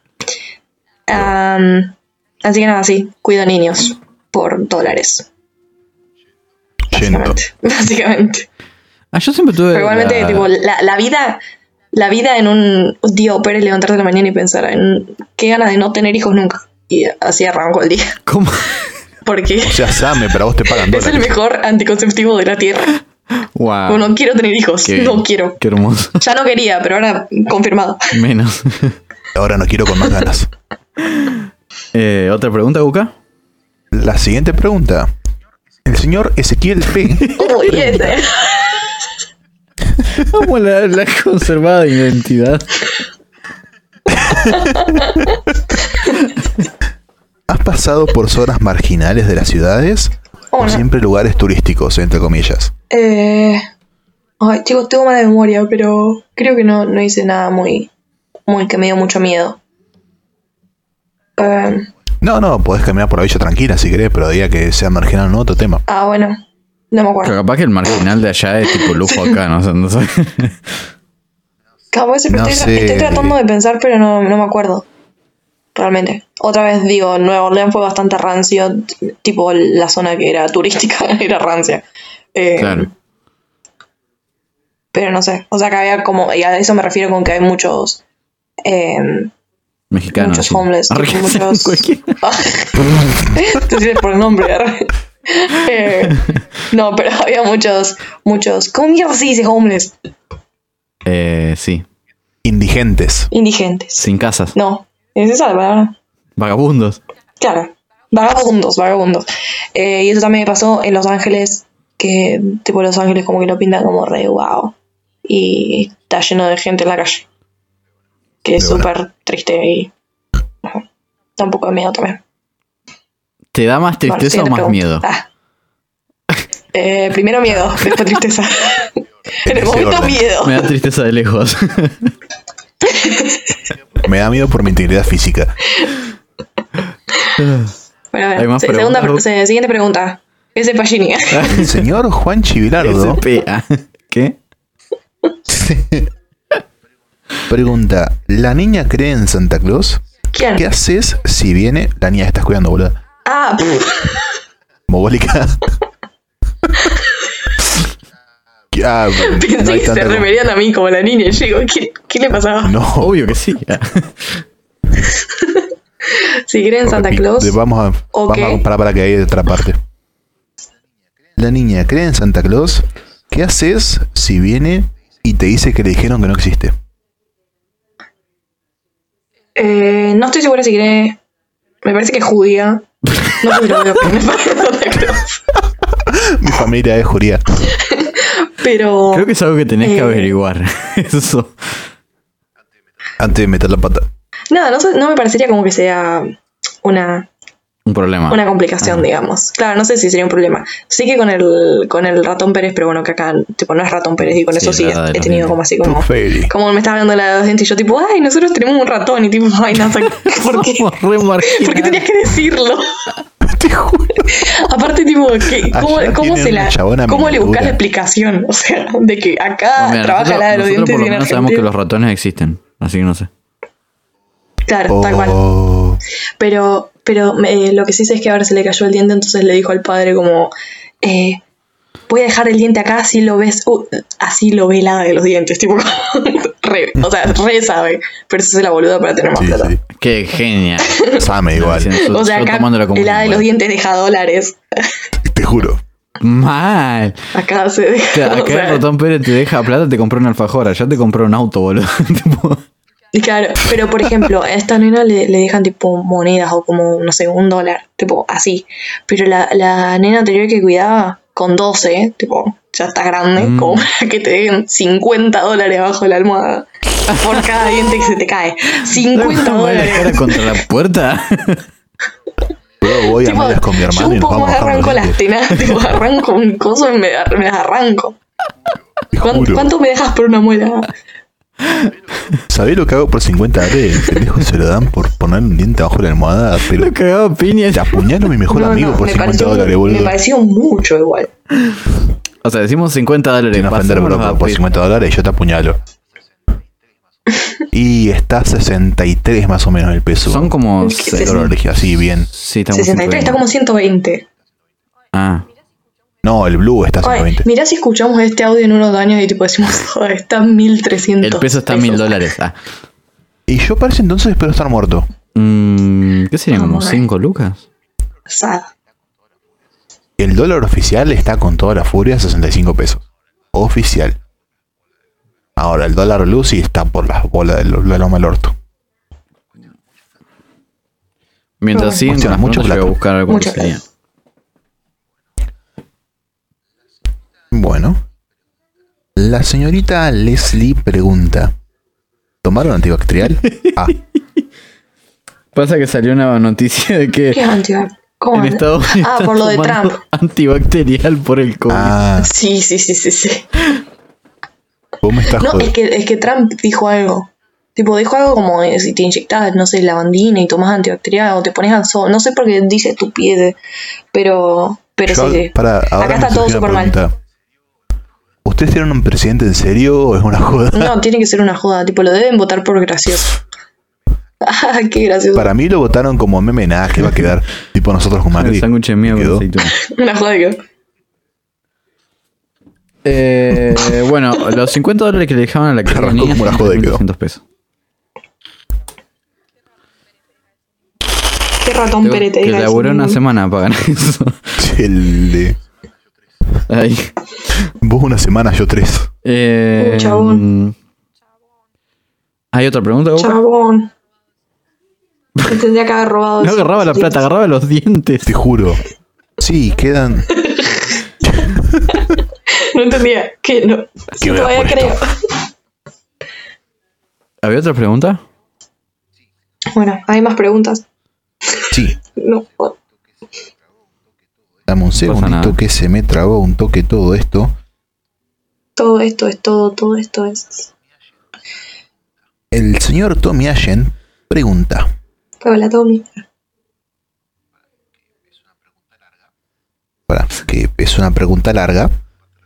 B: Am, así que nada, sí, cuido niños por dólares.
C: Yendo.
B: Básicamente. [laughs] Básicamente.
A: ah, yo siempre tuve.
B: Pero igualmente,
A: la-
B: tipo, la, la vida. La vida en un día opera y levantarte a la mañana y pensar en qué ganas de no tener hijos nunca. Y así arranco el día.
A: [laughs]
B: [laughs]
A: ¿Cómo?
B: Porque
C: O sea, Same, pero a vos te
B: [laughs]
C: pagan
B: es el
C: dólares.
B: mejor anticonceptivo de la tierra.
A: Wow.
B: Como no quiero tener hijos.
A: Ah, Qué-
B: No quiero.
A: Qué hermoso. [laughs]
B: Ya no quería, pero ahora confirmado. [laughs]
A: Menos. [laughs]
C: Ahora no quiero con más ganas.
A: Eh, ¿Otra pregunta, Guca?
C: La siguiente pregunta. El señor Ezequiel
B: [laughs]
C: P.
B: Uy, ese.
A: [laughs] Vamos la, la conservada
B: [laughs]
A: identidad.
C: ¿Has pasado por zonas marginales de las ciudades
B: Oh,
C: o
B: no. [laughs]
C: siempre lugares turísticos, entre comillas?
B: Eh, ay, chicos, tengo mala memoria, pero creo que no, no hice nada muy, muy que me dio mucho miedo. Em,
C: No, no, podés caminar por la villa tranquila si querés, pero diga que sea marginal no
B: [laughs]
C: otro tema.
B: ah, bueno, no me acuerdo.
A: Pero capaz que el marginal de allá es tipo lujo acá, no sé. No sé. [laughs]
B: Cabo, ese que
C: No
B: estoy,
C: sé.
B: estoy tratando de pensar, pero no, no me acuerdo. Realmente. Otra vez digo, Nueva Orleans fue bastante rancio. t- Tipo, la zona que era turística [laughs] era rancia. Eh,
A: Claro.
B: Pero no sé. O sea, que había como. Y a eso me refiero con que hay muchos. eh,
A: Mexicano.
B: Muchos
A: sí. [laughs]
B: homeless,
A: Arre,
B: tipo, muchos-
A: cualquier-
B: [laughs] te sirve por el
A: [laughs]
B: nombre, arre. Eh, No, pero [laughs] había muchos. Muchos. ¿Cómo mierda se dice homeless?
A: Eh, sí.
C: Indigentes.
B: Indigentes.
A: Sin casas.
B: No. ¿Es esa la palabra?
A: Vagabundos.
B: Claro, vagabundos, vagabundos. Eh, y eso también me pasó en Los Ángeles, que tipo Los Ángeles como que lo pintan como re wow. Y está lleno de gente en la calle. Que es
C: De una.
B: súper triste y ajá, da un poco de miedo también.
A: ¿Te da más
B: Bueno,
A: tristeza
B: siguiente
A: o más
B: pregunta.
A: miedo?
B: Ah. Eh, primero
A: [laughs]
B: miedo, después tristeza. en el
C: ese
B: momento
C: orden.
B: miedo.
A: Me da tristeza de [laughs] lejos.
C: Me da miedo por mi integridad física.
B: Bueno, a ver,
A: ¿Hay más
B: se-
A: preguntas,
B: segunda,
A: Ru?
B: se- siguiente pregunta. Es de Pagini.
C: El señor Juan Chivilardo
A: SPA. ah. ¿Qué?
C: pregunta, ¿la niña cree en Santa Claus?
B: [laughs] ¿Quién?
C: ¿Qué haces si viene la niña que estás cuidando, boludo?
B: Ah,
A: Uh,
B: pff,
C: Mogólica. ah,
B: [laughs] pensé
C: no hay
B: que se
C: tanta-
B: referían a mí como la niña. Y yo digo, ¿qué, qué le pasaba?
C: No,
A: Obvio que sí. Ah.
B: Si creen en Santa
C: Repi-
B: Claus.
C: de- Vamos a,
B: ¿O
C: vamos a
B: qué?
C: comparar para que hay otra parte. La niña cree en Santa Claus. ¿Qué haces si viene y te dice que le dijeron que no existe?
B: Eh, no estoy segura si cree. Me parece que es judía. No creo que me parece Santa Claus.
C: Mi familia es judía.
B: Pero.
A: Creo que es algo que tenés que
B: Eh.
A: averiguar. [laughs] Eso.
C: Antes de meter la pata.
B: Nada, no, sé- no me parecería como que sea una
A: Un problema.
B: una complicación, digamos. Claro, no sé si sería un problema. Sí que con el, con el ratón Pérez, pero bueno, que acá tipo, no es ratón Pérez, y con
A: Sí,
B: eso sí
A: la de
B: he
A: los
B: tenido
A: dientes.
B: como así como.
C: Feli.
B: Como me estaba hablando la de los dientes, y yo tipo, ay, nosotros tenemos un ratón, y tipo, ay, no,
A: [laughs]
B: ¿por
A: [laughs]
B: qué?
A: Somos re marginales.
B: ¿Por qué tenías que
C: [laughs]
B: decirlo? Aparte, tipo, ¿qué- ¿cómo,
C: Allá
B: cómo
C: tienen
B: se la,
C: una chabona
B: ¿cómo le
C: miniatura.
B: buscas la explicación? [laughs] O sea, de que acá
A: No, mira,
B: trabaja
A: nosotros,
B: la de los
A: nosotros por
B: dientes y
A: lo
B: en
A: menos sabemos que
B: Argentina-
A: los ratones existen. Así que no sé.
B: Claro, tal cual.
C: Oh,
B: Pero, pero eh, lo que sí sé es que ahora se le cayó el diente, entonces le dijo al padre como, eh, voy a dejar el diente acá, así lo ves, uh, así lo ve la de los dientes, [laughs] tipo, re, o sea, re sabe, pero se hace la boluda para tener más
C: sí,
B: plata.
C: sí.
A: Qué genial.
C: Same
B: [laughs]
C: igual,
A: Diciendo,
B: O
A: yo-
B: sea,
A: yo
B: acá
A: tomándola como
B: el hada de
A: un-
B: los dientes deja dólares, [laughs]
C: te juro.
A: Mal.
B: acá se
A: O sea,
B: deja,
A: acá
B: [laughs] o sea,
A: el ratón Pérez te deja plata, te compró un alfajor. Allá te compró un auto, boludo. [laughs] Tipo,
B: y claro, pero por ejemplo, a esta nena le, le dejan tipo monedas o como, no sé, un dólar, tipo así, pero la, la nena anterior que cuidaba con 12, tipo, ya está grande,
A: Mm.
B: como para que te den 50 dólares abajo de la almohada por cada diente que se te cae. 50
A: ¿cómo va la cara
B: dólares.
A: contra la puerta. [laughs]
C: Luego voy a
B: Tipo,
C: medias con mi
B: yo
C: hermano y
B: un
C: nos
B: poco
C: vamos
B: más
C: a bajar los
B: arranco las
C: dientes,
B: tenas, tipo, arranco un coso y me, me las arranco.
C: Te
B: ¿Cuán-
C: juro.
B: ¿Cuánto me dejas por una muela?
C: ¿Sabés lo que hago por 50 dólares? El pendejo se lo dan por poner un diente abajo de la almohada, pero
A: Lo cagado a piñas.
C: te apuñalo a mi mejor
B: No,
C: amigo
B: no,
C: por
B: me
C: 50
B: pareció-
C: dólares, boludo.
B: Me pareció mucho igual.
A: O sea, decimos 50 dólares.
C: Sin ofender,
A: pasémonos
C: bro,
A: a
C: pero por
A: pedir.
C: 50 dólares yo te apuñalo. Y está 63 más o menos el peso.
A: Son como...
B: Sí,
A: seis-
B: sí.
C: dólares, así bien.
A: Sí, estamos
B: 63 está como 120.
A: Ah,
C: No, el blue está
B: Ay,
C: 120.
B: mirá si escuchamos este audio en unos años y tipo [laughs] decimos, "Joder, está 1300.
A: el peso está en mil
B: pesos".
A: dólares. Ah.
C: Y yo para ese entonces espero estar muerto.
A: Mm, ¿Qué serían? ¿Como
B: Vamos a ver.
A: 5 lucas?
B: Sad.
C: El dólar oficial está con toda la furia a 65 pesos. Oficial. Ahora, el dólar blue sí está por las bolas de lo, de lo mal orto.
A: Mientras
B: Bueno.
A: siguen
C: Mucha-
A: con las
C: mucha
A: preguntas, yo voy a
C: plata.
A: buscar algo
B: Mucha plata.
A: sería.
C: Bueno. La señorita Leslie pregunta.
A: [laughs]
C: ¿Tomaron antibacterial? Ah,
A: Pasa que salió una noticia de que
B: ¿Qué es antivac? ¿Cómo
A: en
B: anda?
A: Estados Unidos
B: Ah,
A: están
B: por lo de
A: tomando
B: Trump.
A: antibacterial por el COVID.
C: ah,
B: Sí, sí, sí, sí, sí.
C: vos me estás
B: No,
C: jodiendo.
B: es que, es que Trump dijo algo. Tipo, dijo algo como eh, si te inyectas, no sé, lavandina y tomas antibacterial o te pones anzol. No sé por qué dice estupidez, pero, pero
C: Yo-
B: sí, sí.
C: pará, ahora
B: Acá
C: me
B: está todo
C: surgió una
B: súper mal.
C: pregunta. ¿Ustedes tienen un presidente en serio o es una joda?
A: [laughs]
B: No, tiene que ser una joda. Tipo, lo deben votar por gracioso. [laughs] Ah, qué gracioso.
C: [laughs] Para mí lo votaron como meme, nada, que va
A: [laughs]
C: a quedar tipo nosotros con
A: el
C: Macri.
A: sándwich de mierda
C: quedó.
A: con aceituna.
B: Una joda que...
A: Eh, bueno, los 50 dólares que le dejaban a la cara
C: Arrancó como la joda y quedó.
A: pesos.
B: Qué ratón
A: Tengo
B: perete.
A: que
B: era
A: laburé
B: ese.
A: una semana para ganar [laughs] eso.
C: El de-
A: Ay.
C: vos una semana, yo tres.
A: Eh,
B: Uh, chabón.
A: ¿Hay otra pregunta? Boca?
B: Chabón. Me tendría que haber robado.
A: No
B: eso.
A: agarraba la plata, agarraba los dientes.
C: Te juro. Sí, quedan.
B: [laughs] No entendía. Que no. Sí,
C: me da
B: todavía
C: por
B: creo.
C: esto?
A: ¿Había otra pregunta?
B: Bueno, hay más preguntas.
C: Sí.
B: No.
C: Dame un segundito
A: nada.
C: que se me trabó un toque todo esto.
B: Todo esto es todo, todo esto es.
C: El señor Tommy Allen pregunta:
B: Hola, Tommy.
C: Pará, que es una pregunta larga.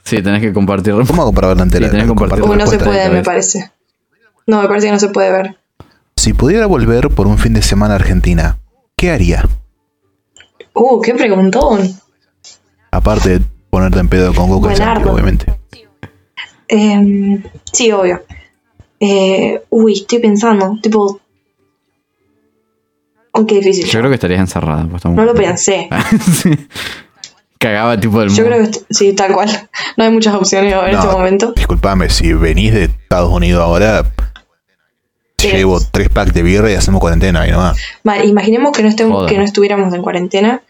A: Sí, tenés que compartir.
C: ¿Cómo hago para verla entera?
A: Sí, tenés que compartir.
C: Comparto
B: Uy,
A: Bueno,
B: no se
C: respuesta.
B: puede,
A: otra
B: me
A: vez.
B: parece. No, me parece que no se puede ver.
C: Si pudiera volver por un fin de semana a Argentina, ¿qué haría?
B: Uh, qué preguntón.
C: Aparte de ponerte en pedo con Coca y
B: Buenardo.
C: Santi, obviamente.
B: Em, sí, obvio. Eh, uy, estoy pensando. Tipo. Uy, qué difícil.
A: Yo creo que estarías encerrada. pues, estamos-
B: No lo pensé.
A: [laughs] Sí. Cagaba tipo del mundo.
B: Yo creo que est- sí, tal cual. [laughs] No hay muchas opciones ahora en
C: No.
B: este momento.
C: Disculpame, si venís de Estados Unidos ahora,
B: Sí.
C: llevo tres packs de birra y hacemos cuarentena ahí nomás.
B: Ma- imaginemos que no, estemos-
A: Joda.
B: que no estuviéramos en cuarentena.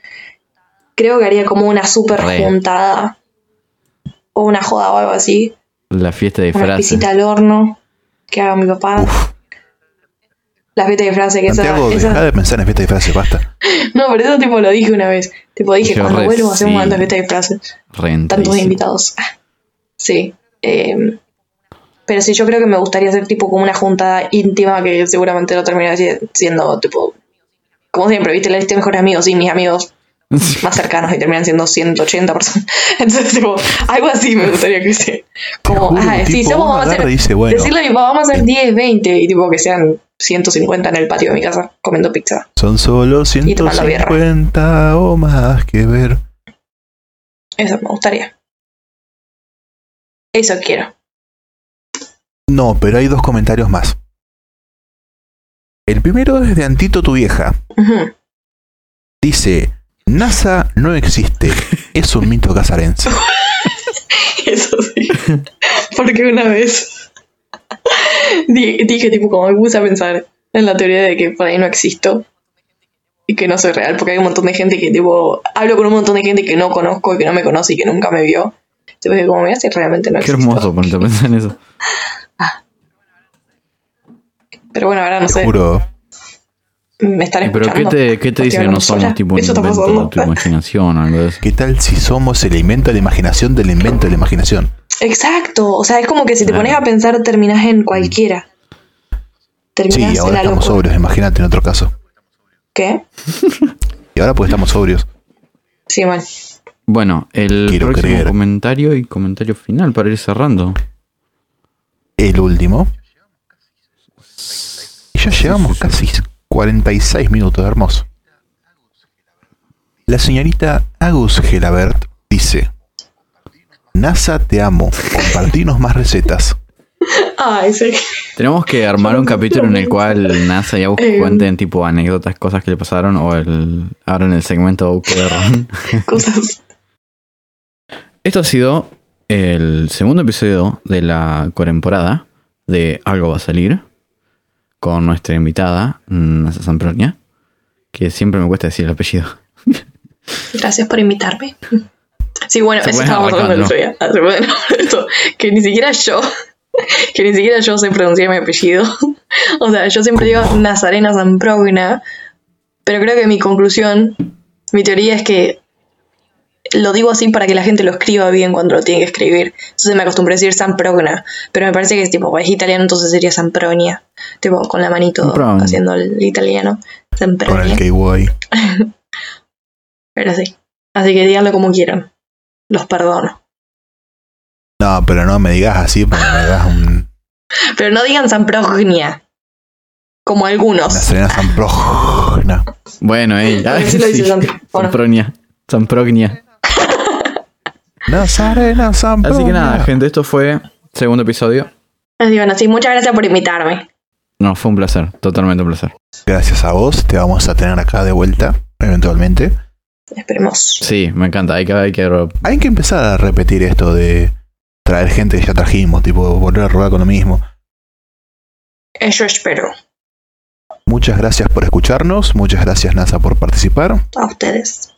B: Creo que haría como una super
A: Re.
B: juntada. O una joda o algo así.
A: La fiesta de
B: Una
A: disfraces.
B: Ah, pisita al horno que haga mi papá. La fiesta de disfraces, que esa,
C: Santiago,
B: esa-
C: deja de pensar en fiesta de disfraces, basta.
B: No, pero eso tipo lo dije una vez. Tipo dije,
A: Yo
B: cuando
A: re
B: vuelvo hacemos
A: sí.
B: una fiesta de disfraces.
A: Renta. [laughs]
B: tantos invitados. Ah, Sí. eh, pero sí, yo creo que me gustaría hacer tipo como una junta íntima que seguramente lo terminaré si- siendo tipo. Como siempre, viste, este la lista de mejores amigos y mis amigos más cercanos y terminan siendo 180 personas. [laughs] Entonces, tipo, algo así me gustaría que sea.
C: Te
B: Como,
C: juro,
B: ah, sí,
C: tipo,
B: somos,
C: uno
B: vamos a
C: agarra y
B: hacer.
C: dice, bueno,
B: Decirle a mi papá, vamos a hacer 10, 20 y tipo que sean 150 en el patio de mi casa comiendo pizza.
C: son solo
B: Y tomando birra.
C: 150 o más que ver.
B: Eso me gustaría. Eso quiero.
C: No, pero hay dos comentarios más. El primero es de Antito tu vieja.
B: Ujú.
C: Dice, NASA no existe, es un mito casarense.
B: [laughs] Eso sí. Porque una vez [laughs] di- dije, tipo, como me puse a pensar en la teoría de que por ahí no existo y que no soy real, porque hay un montón de gente que, tipo, hablo con un montón de gente que no conozco y que no me conoce y que nunca me vio. Entonces, dije, como me hace realmente no
A: Qué
B: existo.
A: hermoso ponerte a pensar en
B: [laughs]
A: eso.
B: Pero bueno, ahora no
C: Te
B: sé,
C: juro.
B: me están
A: ¿Y ¿Pero qué
B: escuchando.
A: te, qué te
B: Estoy
A: dice que
B: hablando
A: no somos
B: sola.
A: tipo un
B: Eso está
A: invento de
B: pasando.
A: tu imaginación o algo de eso?
C: ¿Qué tal si somos el invento de la imaginación del invento de la imaginación?
B: Exacto, o sea, es como que si te
A: Claro.
B: pones a pensar, terminás en cualquiera. Terminás
C: Sí,
B: en
C: ahora
B: la
C: estamos
B: locura.
C: sobrios, imagínate en otro caso.
B: ¿Qué?
C: Y ahora pues estamos sobrios.
B: Sí, mal.
A: Bueno, el
C: Quiero
A: próximo
C: creer.
A: comentario y comentario final para ir cerrando.
C: El último. Y ya llevamos casi 46 minutos, hermoso. La señorita Agus Gelabert dice: NASA, te amo. Compartinos más recetas.
B: Ay, sí.
A: Tenemos que armar un capítulo en el
B: [laughs]
A: cual NASA y Agus
B: Eh.
A: cuenten tipo anécdotas, cosas que le pasaron o el ahora en el segmento OKR.
B: Cosas.
A: [laughs] Esto ha sido el segundo episodio de la temporada de Algo va a salir con nuestra invitada NASA Sampronia, que siempre me cuesta decir el
B: [laughs]
A: apellido.
B: Gracias por invitarme. Sí, bueno,
A: Se
B: eso
A: pueden
B: estábamos hablando el otro día. Ah, se pueden hablar de [laughs] esto. Que ni siquiera yo, que ni siquiera yo sé pronunciar mi apellido. [laughs] O sea, yo siempre digo Nazarena Zamprogna, pero creo que mi conclusión, mi teoría es que lo digo así para que la gente lo escriba bien cuando lo tiene que escribir. Entonces me acostumbré a decir Zamprogna, pero me parece que es tipo, es italiano, entonces sería Zampronia. Tipo, con la manito
A: Zamprogna.
B: haciendo el italiano.
C: Con el
B: Zamprogna.
C: KY.
B: Pero sí. Así que díganlo como quieran. Los perdono.
C: No, pero no me digas así porque me das un,
B: Pero no digan Zamprognia. Como
C: una
B: algunos.
C: serena San Pro- No.
A: Bueno, ey,
B: A
A: ay,
B: ver si lo dice
A: sí. [laughs]
B: Santi. Bueno.
A: Sampronia, Samprognia.
C: Nazarena San
A: Así que
C: Pro-
A: nada, gente, esto fue segundo episodio.
B: Así que bueno, sí, muchas gracias por invitarme.
A: No, fue un placer, totalmente un placer.
C: Gracias a vos, te vamos a tener acá de vuelta, eventualmente.
B: Esperemos.
A: Sí, me encanta, hay que, hay que
C: Hay que empezar a repetir esto de traer gente que ya trajimos, tipo volver a rodar con lo mismo.
B: Eso espero.
C: Muchas gracias por escucharnos, muchas gracias NASA por participar.
B: A ustedes.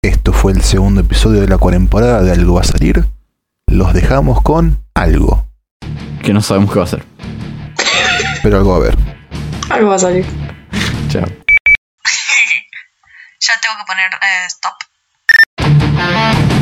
C: Esto fue el segundo episodio de la cuaremporada de Algo va a salir. Los dejamos con algo,
A: que no sabemos qué va a hacer.
C: pero algo va a ver.
B: Algo va a salir.
A: Chao.
B: Ya tengo que poner stop.